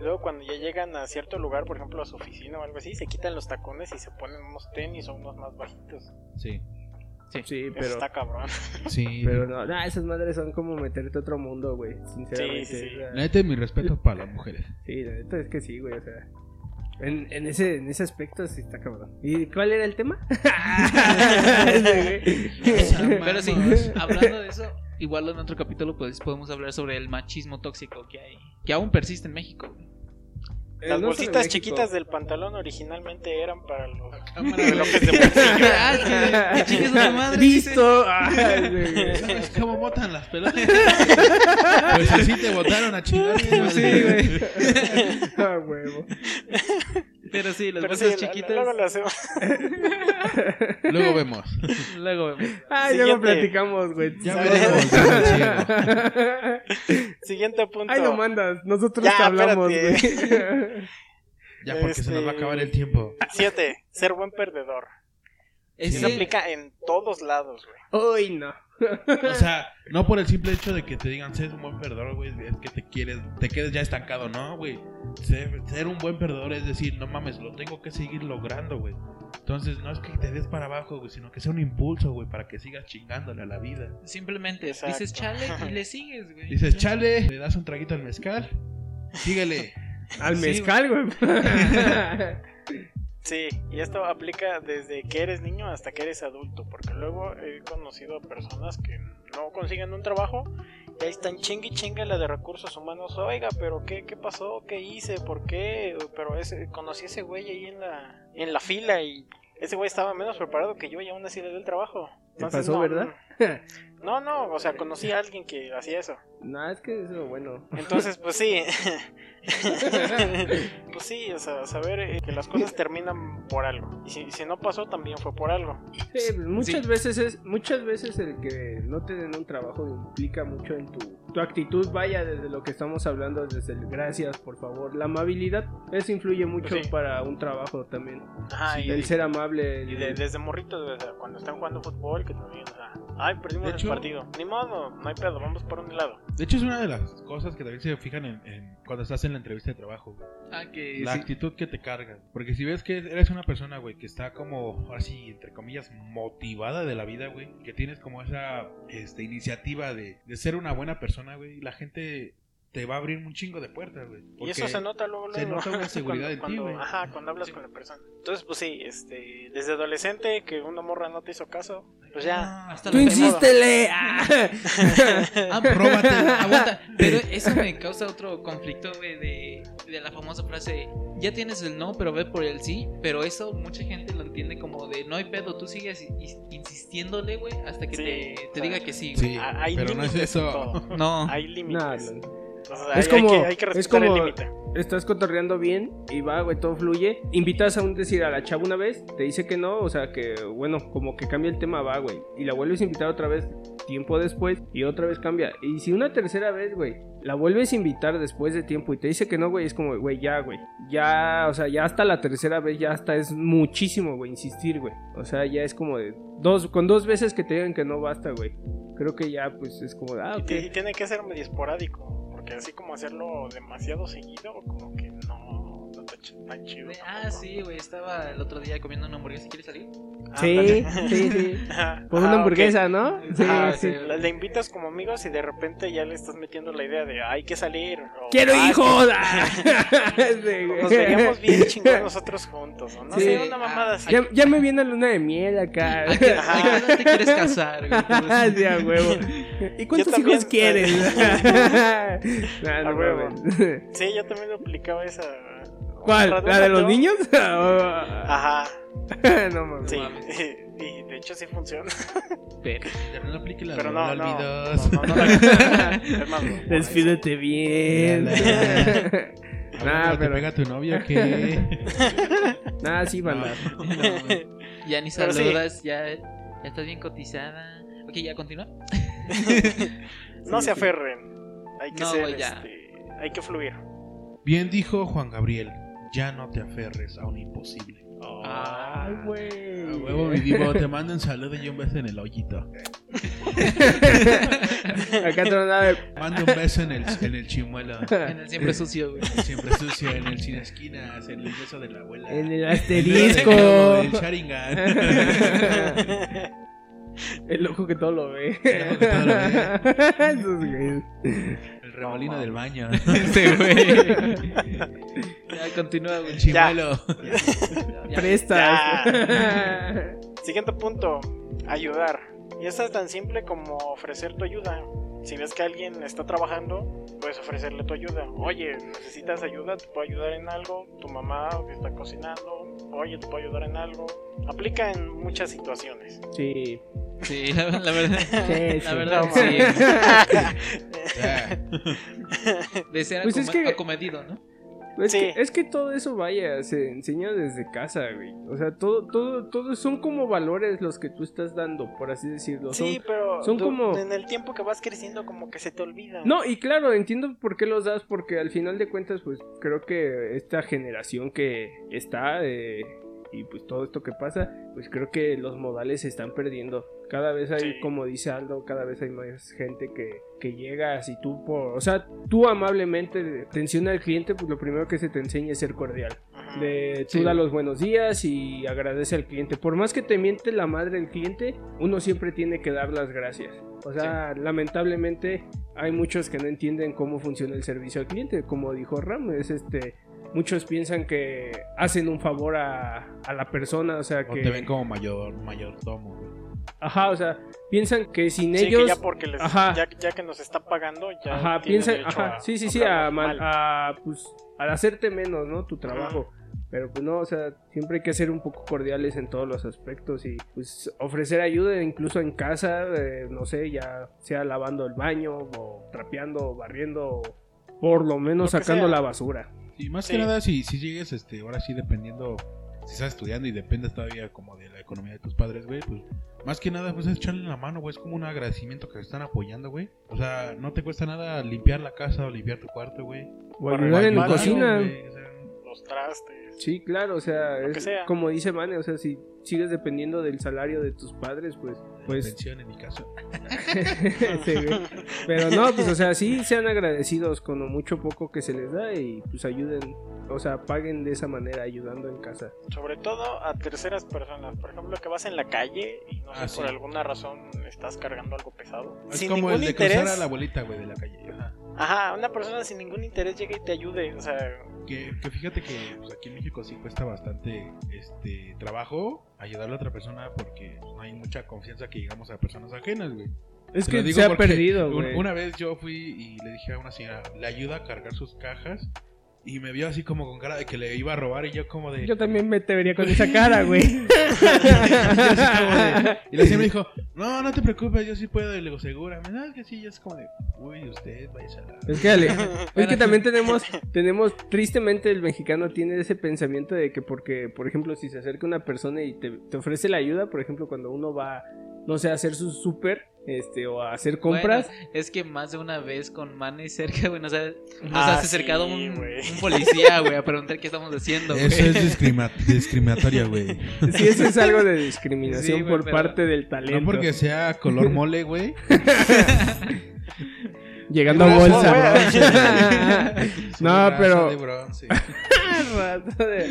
Y luego cuando ya llegan a cierto lugar, por ejemplo a su oficina o algo así, se quitan los tacones y se ponen unos tenis o unos más bajitos.
Sí,
sí,
Eso
pero,
está
<laughs>
cabrón.
sí.
pero no, nah, esas madres son como meterte a otro mundo, güey. Sinceramente.
Sí, sí, sí.
o sea,
La neta, mi respeto para las
<laughs>
mujeres.
sí, la neta es que sí, güey, o sea. En, en ese, en ese aspecto sí está cabrón. ¿Y cuál era
<laughs>
el tema? <laughs> Este,
Pero sí, hablando de eso, igual en otro capítulo pues podemos hablar sobre el machismo tóxico que hay, que aún persiste en México.
<laughs>
güey.
Las
eh, No solo en
bolsitas
México.
chiquitas del pantalón originalmente eran para los <laughs>
Cámara,
relojes de
<laughs>
bolsillo.
Ah, que- que chingue su madre,
Listo. <laughs> Ay, güey. <laughs>
¿Sabes cómo botan las pelotas? Pues así te botaron a chingar.
Pues Sí, güey.
<laughs> Ah, huevo.
Pero sí, las
Pero
bolsas
sí, la- la-
chiquitas.
Luego lo hacemos. <laughs>
Luego vemos.
Luego vemos.
Ay, luego
Siguiente.
platicamos, güey.
Ya
¿Sabes?
veremos.
<laughs>
Siguiente punto.
Ay, lo mandas. Nosotros
Ya,
te hablamos, güey.
espérate.
Ya porque se nos va a acabar el tiempo.
Siete, ser buen perdedor.
Es
Eso
que-
aplica en todos lados, güey. <laughs>
Uy, no.
O sea, no por el simple hecho de que te digan, sé un buen perdedor, güey, es que te quieres, te quedes ya estancado, no, güey. Ser, ser un buen perdedor es decir, no mames, lo tengo que seguir logrando, güey. Entonces, no es que te des para abajo, güey, sino que sea un impulso, güey, para que sigas chingándole a la vida.
Simplemente
Exacto.
dices chale y le sigues, güey.
Dices, chale, le das un traguito al mezcal, síguele.
Al
Sí,
mezcal, güey.
Sí, y esto aplica desde que eres niño hasta que eres adulto, porque luego he conocido a personas que no consiguen un trabajo y ahí están chingue y chingue la de recursos humanos. Oiga, pero qué, qué pasó, qué hice, por qué, pero ese, conocí a ese güey ahí en la, en la fila y ese güey estaba menos preparado que yo y aún así le dio el trabajo.
¿Te
Entonces,
pasó,
no,
verdad?
No, no, o sea, conocí a alguien que hacía eso.
<laughs> No, es que eso, bueno.
Entonces,
<laughs>
pues sí. pues sí, o sea, saber eh, que las cosas terminan por algo. Y si, si no pasó, también fue por algo.
Sí, pues, muchas veces es, muchas veces el que no te den un trabajo implica mucho en tu, tu actitud, vaya desde lo que estamos hablando, desde el gracias, por favor, la amabilidad, eso influye mucho
Sí.
para un trabajo también,
Ajá, y,
el ser amable, el-
y de- desde morritos, o sea, cuando están jugando fútbol, que también, o sea, ay, perdimos
De
el
hecho-
partido. Ni modo, no hay pedo, vamos por un helado.
De hecho, es una de las cosas que también se fijan en, en- cuando estás en la entrevista de trabajo, güey.
Ah, que
La
sí.
actitud que te cargas. Porque si ves que eres una persona, güey, que está como, así, entre comillas, motivada de la vida, güey, que tienes como esa este, iniciativa de, de ser una buena persona, güey, la gente te va a abrir un chingo de puertas, güey.
y eso
Porque
se nota luego,
se
luego.
nota una seguridad en ti,
<laughs> cuando,
güey.
Ajá, cuando hablas con la persona. Entonces, pues sí, este, desde adolescente, que una morra no te hizo caso, pues ya.
Ah, hasta
Tú
la
Ni modo. <laughs>
<laughs>
insístele. Ah.
Ah,
Róbate.
aguanta. Pero eso me causa otro conflicto, güey, de, de la famosa frase, ya tienes el no, pero ve por el sí. Pero eso mucha gente lo entiende como de, no hay pedo, tú sigues i- insistiéndole, güey, hasta que
Sí,
te, te diga que sí, güey.
Sí,
Ah, hay
pero no es
límites en
eso. <laughs>
todo.
No,
Hay
No,
límites.
no, no.
Entonces,
Es
hay- hay
como-
que- hay que
es
respetar el
como-
límite.
Estás cotorreando bien y va, güey, todo fluye. Invitas a un decir a la chava una vez, te dice que no, o sea que, bueno, como que cambia el tema, va, güey. Y la vuelves a invitar otra vez, tiempo después y otra vez cambia. Y si una tercera vez, güey, la vuelves a invitar después de tiempo y te dice que no, güey, es como, güey, ya, güey. Ya, o sea, ya hasta la tercera vez, ya hasta es muchísimo, güey, insistir, güey. O sea, ya es como de dos, con dos veces que te digan que no basta, güey. Creo que ya, pues es como, ah,
Y,
ok.
te- y tiene que ser medio esporádico, porque así como hacerlo demasiado seguido, como que no, no está ch- tan chido.
Güey, Ah,
tampoco.
sí, güey, estaba el otro día comiendo una hamburguesa.
<laughs>
¿Quieres salir?
Sí,
Ándale.
sí, sí.
<laughs> Ajá.
Por una
Ah, ok.
hamburguesa, ¿no? Sí,
Ah,
sí.
sí.
Le, le invitas como amigos y de repente ya le estás metiendo la idea de hay que salir. o,
¡Quiero
"Ay,
hijos! <laughs> Sí, güey.
Ah, Nos veríamos
<laughs>
bien chingados nosotros juntos, ¿o ¿no?
Sí.
sé, una mamada así.
Ya, ya me viene la luna de miel acá.
¿A qué, a qué edad te quieres casar, güey?
Ah, <laughs> sí, a huevo. ¿Y cuántos
también.
hijos quieres? <laughs> Nah, no
A huevo. <laughs>
mames.
Sí, yo también lo aplicaba esa.
¿Cuál?
Otra
¿La de los
¿no?
niños? <laughs>
Ajá,
no mames.
Ah. sí.
mames.
<laughs> Y de hecho sí funciona.
Pero no aplique la
Pero no, no.
la
no,
olvidas. <laughs>
no, no, no. Es más, no,
Despídete bien. <laughs>
Ahora
nah,
te
pero.
pega tu novia
<laughs>
que
Nah, sí, banda.
Ya ni
Pero sí.
saludas, ya, ya estás bien cotizada. Ok, ya continúa.
No
Sí,
se
sí.
aferren. Hay que
No,
ser,
güey, ya.
este, hay que fluir.
Bien dijo Juan Gabriel, ya no te aferres a un imposible. Ah,
Ay, güey.
A huevo, mi divo, te mando un saludo y un beso en el hoyito.
Acá te van a ver.
Mando un beso en el, en el chimuelo.
En el siempre sucio, güey.
Siempre sucio, en el sin esquinas, en el beso de la abuela.
En el
disco
asterisco. <laughs>
El <laughs> Sharingan.
El ojo que todo lo ve.
El ojo que todo lo ve.
Esos güeyes.
El remolino del baño.
Este, güey. Ya continúa,
El
güey.
chimuelo.
Ya.
Prestas. <laughs>
Siguiente punto, ayudar. Y esta es tan simple como ofrecer tu ayuda. Si ves que alguien está trabajando, puedes ofrecerle tu ayuda. Oye, necesitas ayuda, te puedo ayudar en algo. Tu mamá está cocinando. Oye, te puedo ayudar en algo. Aplica en muchas situaciones.
Sí.
Sí, la, la verdad.
Sí,
La
sí.
verdad,
No,
sí.
Ah,
De ser
Pues es
acome-
que-
acomedido, ¿no?
Es,
Sí.
que, es que todo eso, vaya, se enseña desde casa, güey. O sea, todo, todo, todo son como valores los que tú estás dando, por así decirlo.
Sí,
Son-
pero
son
tú-
como-
en el tiempo que vas creciendo como que se te olvida.
No, y claro, entiendo por qué los das, porque al final de cuentas, pues creo que esta generación que está eh, y pues todo esto que pasa, pues creo que los modales se están perdiendo. Cada vez hay,
Sí.
como dice Aldo, cada vez hay más gente que, que llega así tú por... O sea, tú amablemente, eh, atención al cliente, pues lo primero que se te enseña es ser cordial.
Ajá.
De tú
Sí.
da los buenos días y agradece al cliente. Por más que te miente la madre del cliente, uno siempre tiene que dar las gracias. O sea, lamentablemente hay muchos que no entienden cómo funciona el servicio al cliente. Como dijo Ram, es este. Muchos piensan que hacen un favor a, a la persona, o sea
O te ven
que.
como mayor, mayordomo. güey.
Ajá, o sea, piensan que sin
Sí,
ellos.
que ya porque les,
ajá.
Ya, ya que nos está pagando, ya.
Ajá,
tiene
piensa,
derecho
ajá,
a
sí, sí, sí, a,
hablarnos
mal-
mal.
a, pues, al hacerte menos, ¿no? Tu trabajo. Pero pues no, o sea, siempre hay que ser un poco cordiales en todos los aspectos y pues ofrecer ayuda incluso en casa, eh, no sé, ya sea lavando el baño o trapeando o barriendo o por lo menos
Lo que
sacando
sea.
la basura.
Y más
Sí.
que nada, si, si llegues, este, ahora sí, dependiendo, si estás estudiando y dependes todavía como de la economía de tus padres, güey, pues más que nada, pues es echarle la mano, güey, es como un agradecimiento que están apoyando, güey. O sea, no te cuesta nada limpiar la casa o limpiar tu cuarto, güey.
O
Para
ayudar en la
ayudar,
cocina.
güey, o sea,
Los trastes.
Sí, claro, o sea,
Lo que
es
sea.
como dice Mane, o sea, si sigues dependiendo del salario de tus padres, pues... pues
pensión en mi caso.
<laughs> sí, güey. Pero no, pues o sea, sí sean agradecidos con lo mucho poco que se les da y pues ayuden, o sea, paguen de esa manera, ayudando en casa.
<laughs> Sobre todo a terceras personas. Por ejemplo, que vas en la calle y no
Ah,
sé,
sí.
por alguna razón estás cargando algo pesado.
Es
sin
como
ningún
el de cruzar a
interés.
la abuelita, güey, de la calle. Ajá.
Ajá, una persona sin ningún interés llega y te ayude. O sea,
Que, que fíjate que pues, aquí en México sí cuesta bastante este trabajo ayudarle a otra persona porque no hay mucha confianza que llegamos a personas ajenas, güey.
Es
Te
que
lo digo
se ha
porque
perdido,
un-
güey.
Una vez yo fui y le dije a una señora, le ayuda a cargar sus cajas y me vio así como con cara de que le iba a robar y yo como de...
Yo también me te vería con esa cara, <laughs> güey.
Y la señora me dijo, no, no te preocupes, yo sí puedo. Y le digo, segura. Me dijo, "No, es que sí, yo es como de, uy, usted, váyase a la...
Es que, <laughs> Ale, es que también tenemos, tenemos, tristemente el mexicano tiene ese pensamiento de que porque, por ejemplo, si se acerca una persona y te, te ofrece la ayuda, por ejemplo, cuando uno va no sé, a hacer su súper este, o a hacer compras.
Bueno, es que más de una vez con Manny cerca, güey, nos ha, nos
Ah,
ha acercado
sí,
un,
güey.
un policía, güey, a preguntar qué estamos haciendo, güey.
Eso es discrima- discriminatoria, güey.
Sí, eso es algo de discriminación
Sí, güey,
por
pero-
parte del talento.
No porque sea color mole, güey.
Llegando a
No, <laughs>
<laughs>
bolsa.
Es
No,
una raza
pero-
de bronce.
Rato de-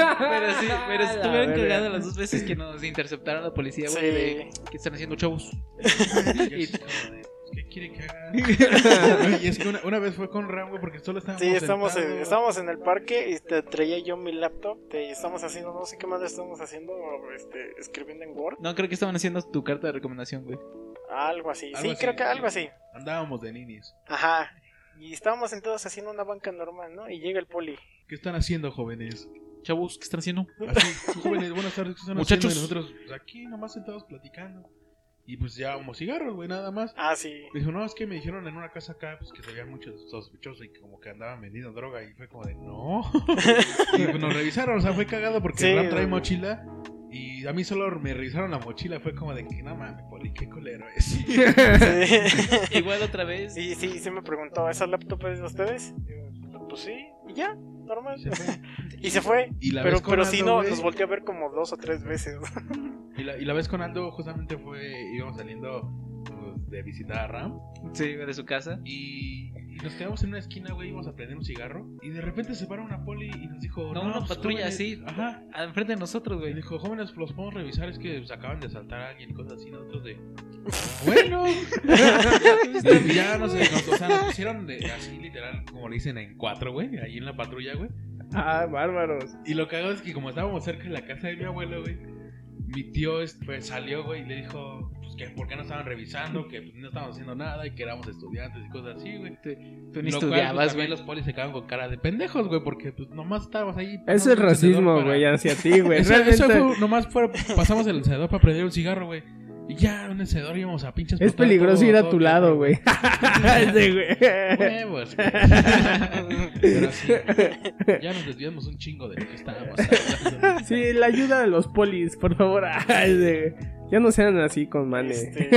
Pero sí, pero
A
se
la
estuvieron
verga.
cagando las dos veces que nos interceptaron la policía, güey,
Sí.
de que están haciendo chavos.
Y es como de, ¿Qué quiere que
<laughs>
haga? y es que una, una vez fue con Ram, güey, porque solo estábamos.
Sí, estamos en,
sentados.
estábamos en el parque y te traía yo mi laptop y estamos haciendo, no sé qué más estamos haciendo, este, escribiendo en Word,
No, creo que estaban haciendo tu carta de recomendación, güey.
algo así.
Algo
sí,
así,
creo que
sí.
algo así.
Andábamos de ninis.
Ajá. Y estábamos entonces haciendo una banca normal, ¿no? Y llega el poli.
¿Qué están haciendo, jóvenes?
Chavos, ¿qué están haciendo?
Así, jóvenes, buenas tardes, ¿qué están
Muchachos.
haciendo? Y nosotros pues, aquí nomás sentados platicando. Y pues llevábamos cigarros, güey, nada más.
Ah,
<laughs>
sí.
Me dijo, no, es que me dijeron en una casa acá pues, que se veían muchos sospechosos y que como que andaban vendiendo droga. Y fue como de,
<laughs>
no. y pues, nos revisaron, o sea, fue cagado porque
Sí,
Ram trae
güey.
mochila. Y a mí solo me revisaron la mochila. Fue como de que, no mames, poli, qué colero
<laughs>
es.
Sí.
Igual otra vez.
Sí, sí, sí me preguntó, ¿esa laptop es de ustedes? Y yo, Pues sí, y ya, normal.
Y se fue.
Y se fue.
Y la
Pero,
vez con
pero sí,
Aldo,
no,
güey,
nos volteó a ver como dos o tres
<laughs>
veces.
y, la, y la vez con Aldo justamente fue, íbamos saliendo pues, de visitar a Ram.
Sí, de su casa.
Y, y nos quedamos en una esquina, güey, íbamos a prender un cigarro. Y de repente se para una poli y nos dijo...
No, una
pues,
patrulla
jóvenes".
así.
Ajá.
Ah, Enfrente de nosotros,
Y
güey.
dijo, jóvenes, los podemos revisar, es que se acaban de asaltar a alguien y cosas así. Nosotros de... Bueno. y ya no sé, nos, o sea, nos pusieron de- así literal, como le dicen, en cuatro, güey, ahí en la patrulla, güey.
Ah, bárbaros.
Y lo cagado es que como estábamos cerca de la casa de mi abuelo, güey, mi tío este, pues, salió, güey, y le dijo, pues que por qué no estaban revisando, que pues, no estaban haciendo nada y que éramos estudiantes y cosas así, güey.
Tú ni
Lo cual,
estudiabas,
pues, también
<laughs> güey.
los polis se quedaban con cara de pendejos, güey, porque pues nomás estábamos ahí.
Eso
pasamos
es
el encendedor
racismo,
para-
güey, hacia
<laughs>
ti, güey.
Eso, eso
Realmente
fue, nomás fue, pasamos el encendedor para prender un cigarro, güey. Y ya, un encendedor íbamos a pinches.
es
explotar
peligroso
todo-
ir a
todo
tu
que-
lado, güey.
<laughs>
Ese, güey.
Huevos, güey. Pero sí, güey, ya nos desviamos un chingo de lo que estábamos
<laughs>
hablando.
Sí, la ayuda de los polis, por favor. <laughs> Ese, güey. Ya no sean así con
<laughs>
Mane.
Este.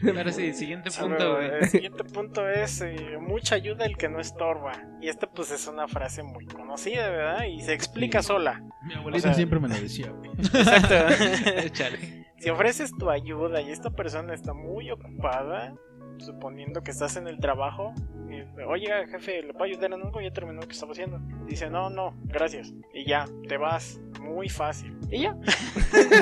Pero
<laughs>
sí, siguiente
Sí,
punto,
pero
güey.
Este, El siguiente punto es eh, mucha ayuda el que no estorba. Y esta pues es una frase muy conocida, ¿verdad? Y se explica sola.
Mi abuelita
O sea-
siempre me lo decía, güey.
<laughs> Exacto.
Échale.
si ofreces tu ayuda y esta persona está muy ocupada, suponiendo que estás en el trabajo, y, oye jefe, ¿le puedo ayudar en algo? Ya terminó lo que estaba haciendo. Dice, no, no, gracias. Y ya, te vas. Muy fácil. Y ya.
<laughs>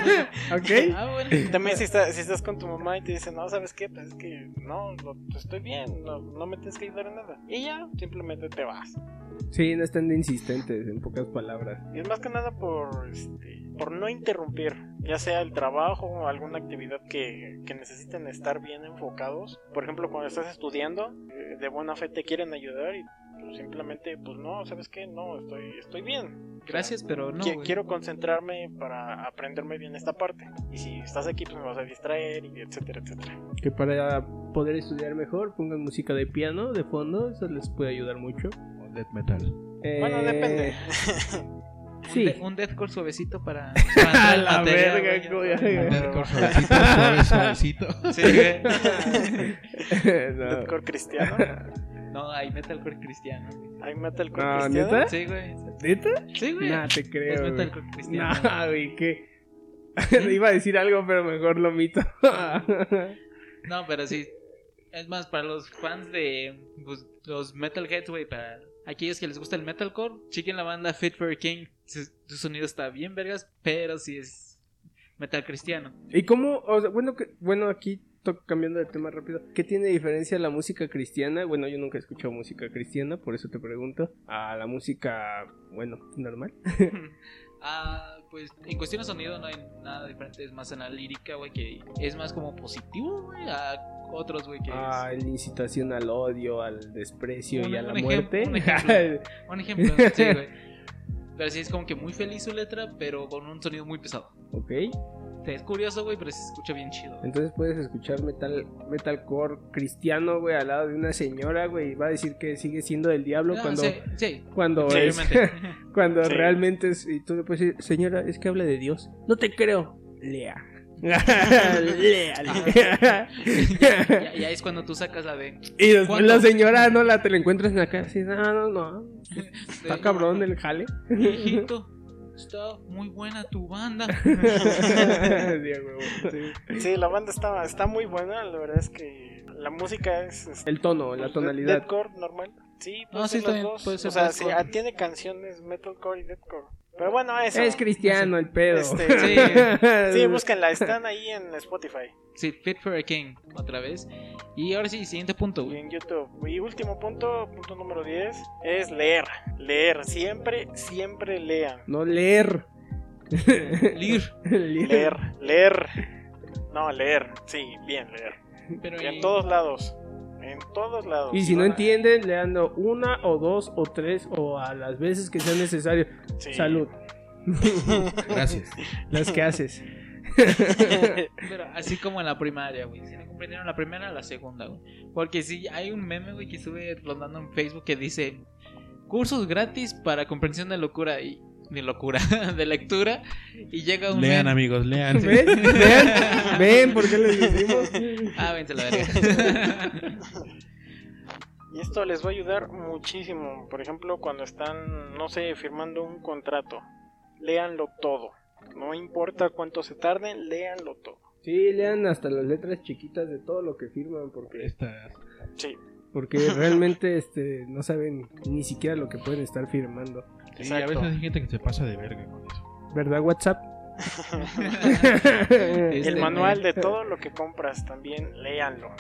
¿Ok?
Ah, bueno.
También si, está- si estás con tu mamá y te dice, no, ¿sabes qué? Pues es que no, lo- estoy bien, no, no me tienes que ayudar en nada. Y ya, simplemente te vas.
Sí, no están de insistentes, en pocas palabras.
Es más que nada por, este, por no interrumpir, ya sea el trabajo o alguna actividad que, que necesiten estar bien enfocados. Por ejemplo, cuando estás estudiando, eh, de buena fe te quieren ayudar y pues, simplemente, pues no, ¿sabes qué? No, estoy, estoy bien.
Gracias, pero no,
Qui-
güey.
quiero concentrarme para aprenderme bien esta parte. Y si estás aquí, pues me vas a distraer y etcétera, etcétera.
Que para poder estudiar mejor pongan música de piano de fondo, eso les puede ayudar mucho.
O Death metal.
Eh,
Bueno,
<laughs>
depende. <laughs>
Un,
Sí.
de- un deathcore suavecito
<laughs>
para... para entrar en
la
materia,
verga,
güey.
güey.
Deathcore suavecito, <laughs> suave, suavecito.
Sí, güey.
<laughs> no.
Deathcore cristiano.
No, hay metalcore cristiano, güey.
Hay metalcore
No,
cristiano.
¿neta?
Sí, güey.
¿Neta? Pues
Sí, güey.
¿Eh? Nah, te
es
creo. güey.
metalcore cristiano.
Nah, güey, que. <laughs> Iba a decir algo, pero mejor lo omito.
No, pero sí. Es más, para los fans de pues, los Metalheads, güey, para aquellos que les gusta el metalcore, chequen la banda Fit for King. Su, su sonido está bien vergas, pero sí es metal cristiano.
<laughs> ¿Y cómo? o sea, bueno, que, bueno, aquí to- cambiando de tema rápido. ¿Qué tiene de diferencia la música cristiana? Bueno, yo nunca he escuchado música cristiana, por eso te pregunto. A la música, bueno, normal.
Ah, pues en cuestión de sonido no hay nada diferente, es más en la lírica, güey, que es más como positivo, güey, a otros, güey, que es-
Ah, la incitación al odio, al desprecio
Un-
y a la
un ejem-
muerte.
un ejemplo. Un ejemplo, sí, güey. Pero sí es como que muy feliz su letra, pero con un sonido muy pesado.
<laughs> ok.
Es curioso, güey, pero se escucha bien chido.
Entonces puedes escuchar metal metalcore cristiano, güey, al lado de una señora, güey, y va a decir que sigue siendo del diablo
Ah,
cuando
sí, sí,
cuando este,
sí,
es,
obviamente.
<laughs> cuando
Sí. <laughs>
realmente es, y tú le puedes decir, "Señora, es que habla de Dios." No te creo. Lea.
Ya, ya es cuando tú sacas la de.
<laughs> y después
¿Cuánto?
la señora, no, la te la encuentras en la cara así, no, no, no, está
de-
cabrón el jale. <laughs>
Hijito, está muy buena tu banda.
Sí, a huevo.
Sí, la banda está, está muy buena, la verdad es que la música es... es-
El tono, la
pues,
tonalidad.
Deathcore normal. Sí, puede
No, sí,
ser
también
los dos.
puede ser
o sea,
deathcore.
sí, ah, tiene canciones metalcore y deathcore. Pero bueno, eso.
Es cristiano el pedo. <laughs>
Este,
sí.
Sí, pues. búsquenla, están ahí en Spotify
Sí, Fit for a King, otra vez. Y ahora sí, siguiente punto,
y
güey.
en YouTube. Y último punto, punto número 10, es leer. Leer, siempre, siempre
<laughs>
lean.
No leer.
Lir.
Leer.
Leer, leer. No, leer, sí, bien, leer.
Pero
Y en
y-
todos lados. En todos lados. Ah,
Y si no
Ahora,
entienden, le dando una o dos o tres o a las veces que sea necesario.
sí.
Salud.
Gracias.
Las que haces.
Pero así como en la primaria, güey. Si no comprendieron la primera, la segunda, güey. Porque si hay un meme, güey, que estuve rondando en Facebook que dice: Cursos gratis para comprensión de locura y. De locura, <laughs> de lectura. Y llega un.
Lean,
men-
amigos, lean.
¿Ven? ¿Ven? ¿Ven por qué les decimos?
Ah, vente a
<laughs>
la verga.
Y esto les va a ayudar muchísimo. Por ejemplo, cuando están, no sé, firmando un contrato, léanlo todo. No importa cuánto se tarden, léanlo todo.
Sí, lean hasta las letras chiquitas de todo lo que firman porque,
Esta-
Sí,
<laughs> porque realmente este, no saben ni siquiera lo que pueden estar firmando.
Sí, a veces hay gente que se pasa de verga con eso.
<laughs>
¿Verdad, WhatsApp?
Este,
el
güey.
manual de todo lo que compras también, léanlo.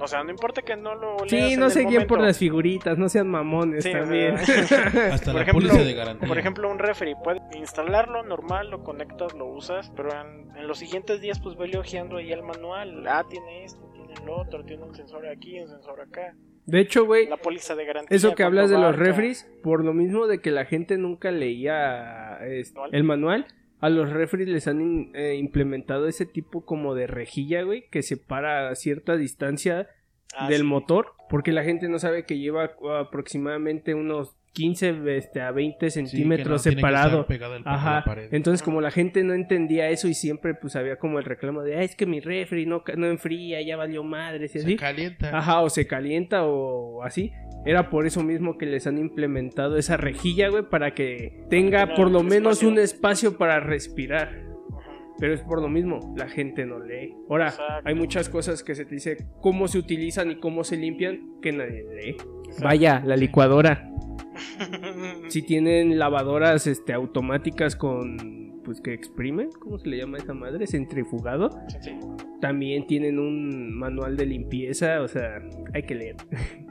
O sea, no importa que no lo leas.
Sí,
en
no
el
se guíen por
momento.
las figuritas, no sean mamones
Sí,
también.
Hasta
Por
la
ejemplo,
póliza de garantía.
Por ejemplo, un refri, puedes instalarlo normal, lo conectas, lo usas, pero en, en los siguientes días pues vele ojeando ahí el manual. Ah, tiene esto, tiene el otro, tiene un sensor aquí, un sensor acá.
<laughs> De hecho, güey,
La póliza de garantía.
Eso que
cuánto
hablas de los
abarca.
refries, por lo mismo de que la gente nunca leía este, el manual, a los refries les han in- eh, implementado ese tipo como de rejilla, güey, que separa a cierta distancia
Ah,
del
sí.
motor, porque la gente no sabe que lleva ah, aproximadamente unos 15 este, a 20
Sí, que no
centímetros
tiene que
separado.
estar pegado al- a la
Ajá,
pared.
entonces
Ah.
como la gente no entendía eso y siempre pues había como el reclamo de, "Ah, es que mi refri no, ca- no enfría, ya valió madres y así.
Se calienta.
Ah.
Ajá, o se calienta o así. Era por eso mismo que les han implementado esa rejilla, güey, para que tenga
Para
por lo
tener
menos
espacio.
un espacio para respirar.
Ujú.
Pero es por lo mismo, la gente no lee. Ahora,
Exacto.
hay muchas cosas que se te dice cómo se utilizan y cómo se limpian que nadie lee.
Exacto.
Vaya, la licuadora.
<laughs>
Si tienen lavadoras este, automáticas con, pues que exprimen, ¿cómo se le llama a esa madre? Centrifugado.
Sí, sí.
También tienen un manual de limpieza, o sea, hay que leer.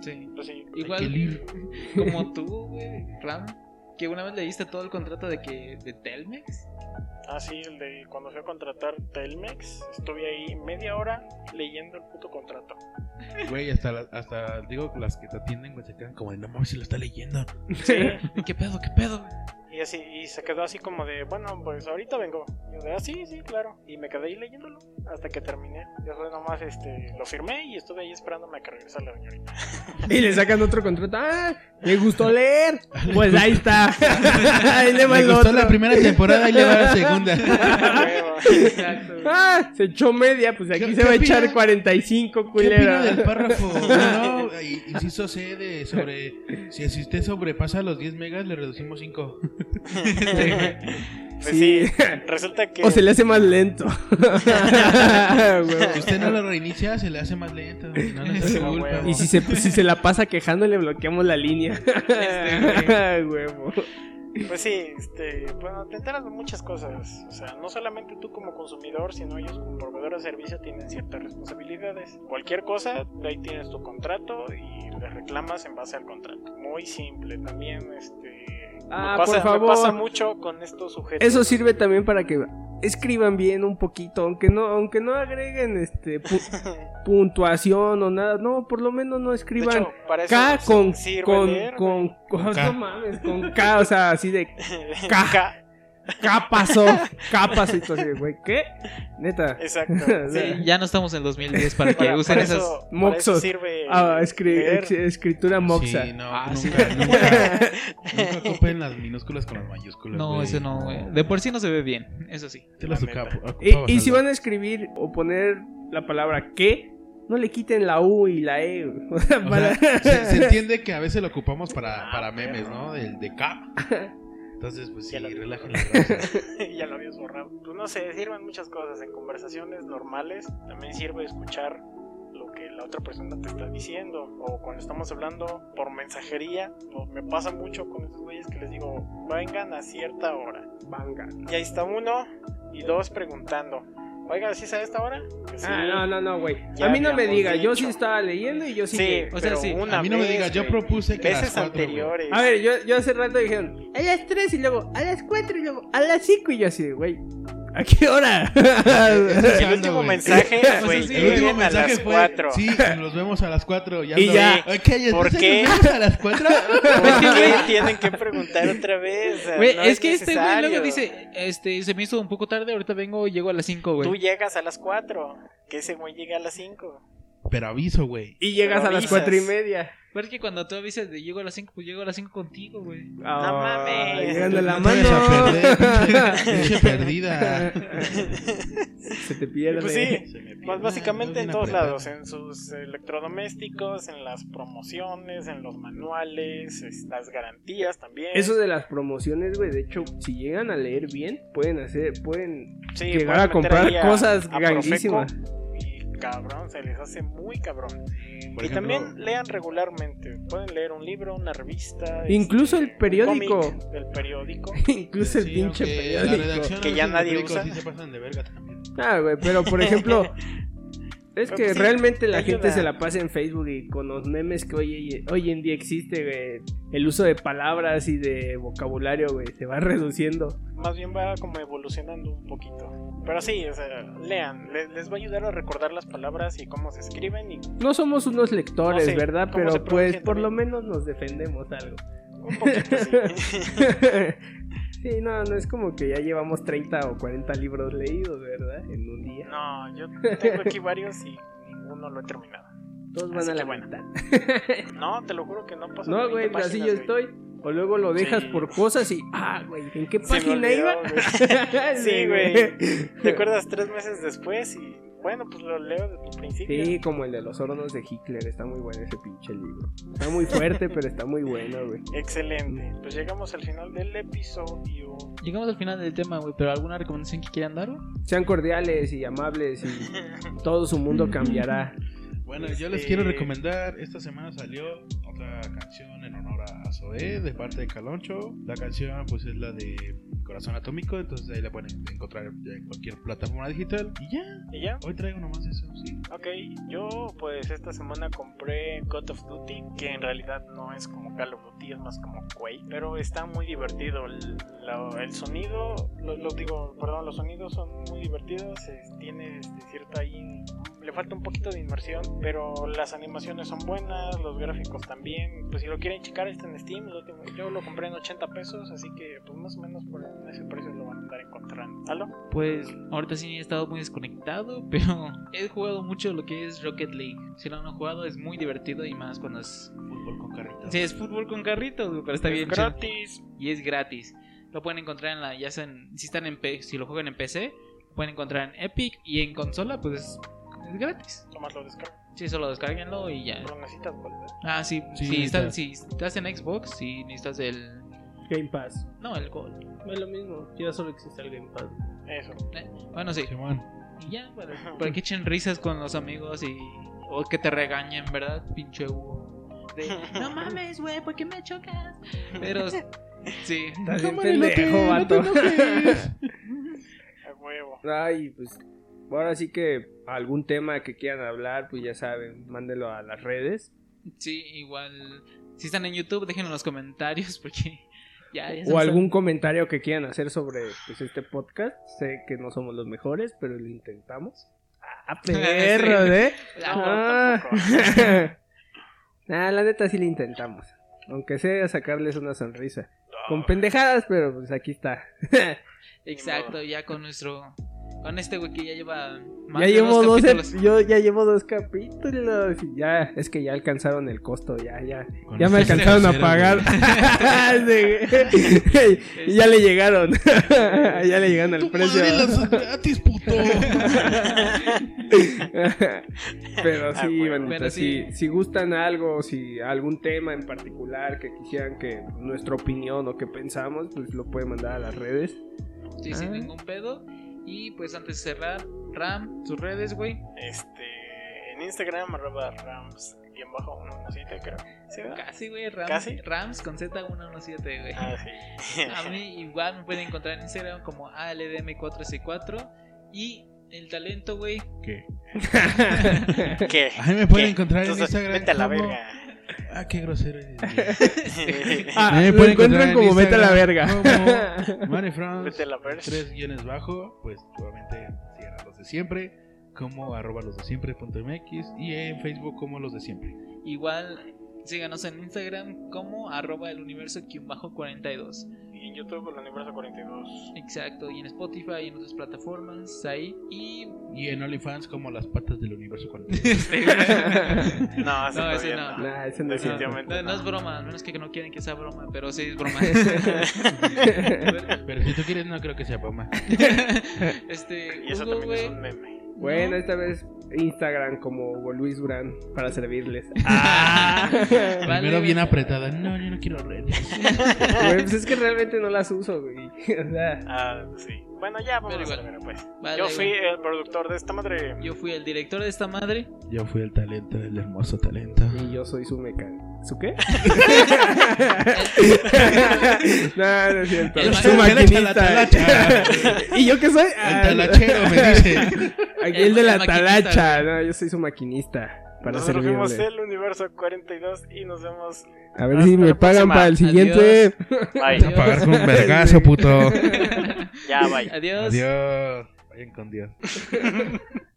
Sí.
Pues sí.
que
Igual,
leer.
como tú, güey, Ram, que una vez leíste todo el contrato de que de Telmex.
Ah, sí, el de cuando fui a contratar Telmex, estuve ahí media hora leyendo el puto contrato.
Güey, hasta, la- hasta digo las que te atienden, güey, se quedan como de no mames, si lo está leyendo.
<laughs>
¿Qué pedo, qué pedo? güey?
Y así, y se quedó así como de, bueno, pues ahorita vengo. Y yo de, ah, sí, sí, claro. Y me quedé ahí leyéndolo hasta que terminé. Después nomás este, lo firmé y estuve ahí esperándome a que regresara la señorita. <laughs>
<laughs> Y le sacan otro contrato. ¡Ah! ¿Le
<laughs>
gustó leer? Pues ahí está. ahí le va
Me
el
gustó
otro.
la primera temporada y le va la segunda.
Exacto.
Ah, se echó media, pues
¿Qué-
aquí se
qué
va a
opina?
echar 45,
¿Qué opina
culera.
del
<laughs>
párrafo? Bueno, y- inciso C de sobre si si usted sobrepasa los 10 megas, le reducimos 5.
Pues
Sí.
sí. Resulta que.
O se le hace
<laughs>
más lento.
Si usted no lo reinicia, se le hace más lento. No le hace
Ah,
culpa.
huevo.
y si se, si se la pasa quejando, le bloqueamos la línea.
Este,
<laughs> Ay, huevo.
Pues sí, este, bueno, te enteras de muchas cosas. O sea, no solamente tú como consumidor, sino ellos como proveedor de servicio tienen ciertas responsabilidades. Cualquier cosa, de ahí tienes tu contrato y le reclamas en base al contrato. Muy simple. También, este.
Ah,
me pasa,
por
me
favor.
pasa mucho con estos sujetos. <laughs>
Eso sirve también para que escriban bien un poquito, aunque no, aunque no agreguen este pu- puntuación o nada. No, por lo menos no
De
escriban.
hecho, para eso
K
sí
con
sirve <laughs>
con
leer,
con, con-
K.
no mames, con K, o sea, así de
güey.
K.
K.
capazo, capazo. Y tú así, de, güey, ¿qué? Neta.
Exacto.
<laughs> O
Sí,
sea,
ya no estamos en 2010 para que
Para-
usen
para
esas.
eso- para eso
moxos.
sirve
Ah, escri-
leer.
ex- escritura moxa.
Sí, no,
Ah,
nunca,
sí.
nunca, nunca ocupen las minúsculas con las mayúsculas.
No,
güey.
eso no, güey. De por sí no se ve bien, eso sí.
Te las
La neta.
ocupa- ocupabas
Y, y si
algo.
van a escribir o poner la palabra que, no le quiten la U y la E. güey. <laughs> O sea,
O
para-
<laughs>
sea, se,
<laughs>
se entiende que a veces lo ocupamos para, para memes, ¿no? El de cap. Entonces, pues sí,
Ya lo-
relajen la raza.
<laughs> ya lo habías borrado. Pues no sé, sirven muchas cosas en conversaciones normales. También sirve escuchar lo que la otra persona te está diciendo. O cuando estamos hablando por mensajería. o me pasa mucho con estos güeyes que les digo, vengan a cierta hora.
Manga.
Y ahí está uno y dos preguntando. Oigan, ¿sí es a esta hora? Que sí.
Ah, no, no, no, güey.
Ya
A mí no me
habíamos
diga, yo
dicho.
sí estaba leyendo y yo sí.
Sí,
que-
o sea,
pero
sí.
una
A mí no me
vez,
digas, yo
güey.
propuse que a las
Veces
cuatro, güey.
anteriores.
A ver, yo, yo hace rato dijeron, a las 3 y luego, a las 4 y luego, a las 5 y yo así,
<laughs>
de, güey, ¿a qué hora?
<laughs> El
Ando,
último
güey.
mensaje
sea,
fue
sí,
El último
lleguen a
mensaje
las
fue,
cuatro.
sí, nos vemos a las 4
Y ya.
Ok, entonces
¿Por qué?
nos vemos a las
<laughs>
4.
¿Por qué <laughs> tienen que preguntar otra vez? O sea,
Güey,
no
es que este güey
necesario.
luego dice, este, se me hizo un poco tarde, ahorita vengo, llego a las 5,
Tú
güey.
llegas a las 4, que ese güey llega a las 5.
Pero aviso, güey.
y llegas
Pero
a las
avisas.
4 y media.
Pero es que cuando tú avisas de llego a las 5, pues llego a las 5 contigo, güey.
Ah,
mames.
Llegando la
No te vayas a
<laughs> mano.
perder, pinche- pinche perdida.
Se te pierde.
Pues sí, pues básicamente en
Una
todos
apretada.
lados, en sus electrodomésticos, en las promociones, en los manuales, es- las garantías también.
Eso de las promociones, güey, de hecho, si llegan a leer bien, pueden hacer, pueden
Sí,
llegar
puedes
a
meter
comprar
ahí a-
cosas
a
grandísimas.
Profeco Y cabrón, se les hace muy cabrón.
Por
y
ejemplo,
también lean regularmente. Pueden leer un libro, una revista. este,
Incluso el
un
periódico.
cómic, El periódico.
<laughs> Incluso el
sí,
pinche
aunque la
periódico.
redacción
Que
a
ya
veces
nadie
los periódicos
usa.
sí se pasan de verga también.
Ah, güey, pero
<laughs>
por ejemplo, es
Pero
que
pues sí,
realmente la
ayuda.
gente se la pasa en Facebook y con los memes que hoy, hoy en día existe, güey, el uso de palabras y de vocabulario, güey, se va <laughs> reduciendo.
más bien va como evolucionando un poquito. Pero sí, o sea, lean, le- les, va a ayudar a recordar las palabras y cómo se escriben y
No somos unos lectores,
No sé,
¿verdad?
¿cómo se
Pero pues
pronuncia
por lo
también?
menos nos defendemos algo.
un poquito así.
sí, no, no es como que ya llevamos 30 o 40 libros leídos, ¿verdad? En un día.
<laughs> No, yo tengo aquí varios y ninguno lo he terminado.
Todos van
así
a la
que bueno.
mitad.
No, te lo juro que no pasa
No, güey, pues, así yo estoy. O luego lo dejas
Sí.
por cosas y, ah, güey, ¿en qué
Se me
página
olvidó,
iba?
güey. <laughs>
<laughs>
Sí, güey. ¿Te
¿Te
acuerdas tres meses después? Y bueno, pues lo leo desde el principio.
Sí, como el de los hornos de Hitler, está muy bueno ese pinche libro. Está muy fuerte, pero está muy bueno, güey.
Excelente. Pues llegamos al final del episodio. <laughs>
Llegamos al final del tema, güey, pero ¿alguna recomendación que quieran dar? güey?
Sean cordiales y amables y todo su mundo cambiará.
Bueno, yo les
Este-
quiero recomendar, esta semana salió otra canción en honor a Zoé de parte de Caloncho. La canción pues es la de Corazón Atómico, entonces ahí la pueden encontrar ya en cualquier plataforma digital. Y ya,
¿Y ya?
hoy traigo nomás eso, sí.
Ok, yo pues esta semana compré God of Duty, que en realidad no es como Call of Duty, es más como Quake, pero está muy divertido. El, la- el sonido, los los digo, perdón, los sonidos son muy divertidos, eh, tiene este, cierta ahí, le falta un poquito de inmersión, pero las animaciones son buenas, los gráficos también. Pues si lo quieren checar, está en Steam, lo tengo- yo lo compré en 80 pesos, así que pues más o menos por ese precio lo van a andar encontrando. ¿Aló?
Pues ahorita sí he estado muy desconectado, <laughs> pero he jugado mucho lo que es Rocket League. Si lo han jugado es muy divertido y más cuando es...
Fútbol con carritos.
Sí, es fútbol con carritos, güey, pero está
Es
bien chido.
gratis.
y es gratis. Lo pueden encontrar en la, ya sea en- si están en P- si lo juegan en PC, lo pueden encontrar en Epic y en consola, pues es gratis.
Nomás lo descargo,
Sí, solo descarguenlo y ya.
pero necesitas volver.
Ah, sí,
Sí,
si,
está.
estás, si estás en Xbox, si necesitas el.
Game Pass.
No, el Gold.
Es lo mismo, ya solo existe el Game Pass.
Eso.
Bueno, sí.
Simón.
Y ya, para, para que echen risas con los amigos y. O que te regañen, ¿verdad? Pinche Hugo. De,
<laughs>
no mames, güey, ¿por qué me chocas? Pero. Sí.
Estás bien
Cámara, no te-
pendejo,
no te
vato.
enojes.
A huevo.
Ay, pues ahora sí que algún tema que quieran hablar, pues ya saben, mándelo a las redes.
Sí, igual. Si están en YouTube, déjenlo en los comentarios <laughs> porque ya. ya se
O
me
algún comentario que quieran hacer sobre pues, este podcast. Sé que no somos los mejores, pero lo intentamos.
<laughs>
Ah, perros, ¿eh?
está-
No,
Ah.
tampoco.
<laughs> Nah, la neta sí lo intentamos. Aunque sea sacarles una sonrisa. con pendejadas, pero pues aquí está.
Exacto, ya con nuestro. Con este güey que ya lleva. más
Ya
de
llevo,
dos
dos,
capítulos.
ep- yo ya llevo dos capítulos. y Ya, es que ya alcanzaron el costo, ya, ya.
Con
Ya me
este
alcanzaron a
tercero,
pagar.
güey.
<laughs> Sí, <laughs> güey. Y ya le llegaron. ya le llegaron al
Tu
precio.
madre las
<laughs>
es gratis, puto.
Pero
Ah,
sí,
bueno.
bandita,
Pero sí.
Si, si gustan algo, si algún tema en particular que quisieran que nuestra opinión o que pensamos, pues lo pueden mandar a las redes.
Sí,
Ah.
sin ningún pedo. Y pues antes de cerrar, Ram, sus redes, güey.
Este, en Instagram, arroba rams, bien bajo, uno, uno, siete, creo. ¿Sí, verdad?
Casi, güey, Ram,
¿Casi?
Rams con Z117, güey.
Ah, sí.
A mí igual me pueden encontrar en Instagram como ALDM4C4. Y el talento, güey.
¿Qué?
<laughs> ¿Qué?
A mí me pueden
¿Qué?
encontrar en
Entonces,
Instagram
Vete a la
como-
verga.
<laughs> Ah, qué grosero eres.
Ah,
A mí me
lo
pueden
encuentran
encontrar en
como vete a la verga.
Instagram como Mane Franz,
Vete a la verga.
tres guiones bajo, pues obviamente sigan a los de siempre, como arroba los de siempre punto MX y en Facebook como los de siempre.
Igual síganos en Instagram como arroba el universo bajo 42.
Y en YouTube, el universo 42.
Exacto, y en Spotify y en otras plataformas ahí. Y
<laughs>
Y en OnlyFans como las patas del universo 40.
No, ese
No, ese
todavía
no.
Nah, ese no es cierto.
Definitivamente.
no, no
no.
es broma, a menos que no quieren que sea broma, pero sí es
<laughs>
broma.
Pero si tú quieres, no creo que sea Poma.
este,
Y eso
Hugo,
también es
güey.
un meme.
Bueno, esta vez Instagram como Hugo Luis Durán para servirles.
Vale,
Primero bien
güey.
apretada. No, yo no quiero redes.
Güey, <laughs> pues es que realmente no las uso, güey. <laughs> O sea,
Ah, sí. Bueno, ya vamos a
igual. Ah,
ver, pues.
Vale,
Yo fui
güey.
el productor de esta madre.
Yo fui el director de
<laughs>
esta madre.
Yo fui el talento, el hermoso talento.
y yo soy su meca. ¿Su <laughs> qué? no, no es cierto.
El
Su
maestro
maquinista. ¿Y yo qué soy?
El
Ah,
talachero me dice.
Aquí
El-
el de
el
la
maquinista,
talacha. No, yo soy su maquinista. Para
Nosotros fuimos
servirle.
el universo 42 y nos
<laughs>
vemos.
A ver si
Hasta
me
la
pagan
próxima.
para el siguiente.
Bye.
Adiós.
Pagar <laughs> con un vergazo, <laughs> puto.
ya, bye.
Adiós.
Adiós. Vayan con Dios.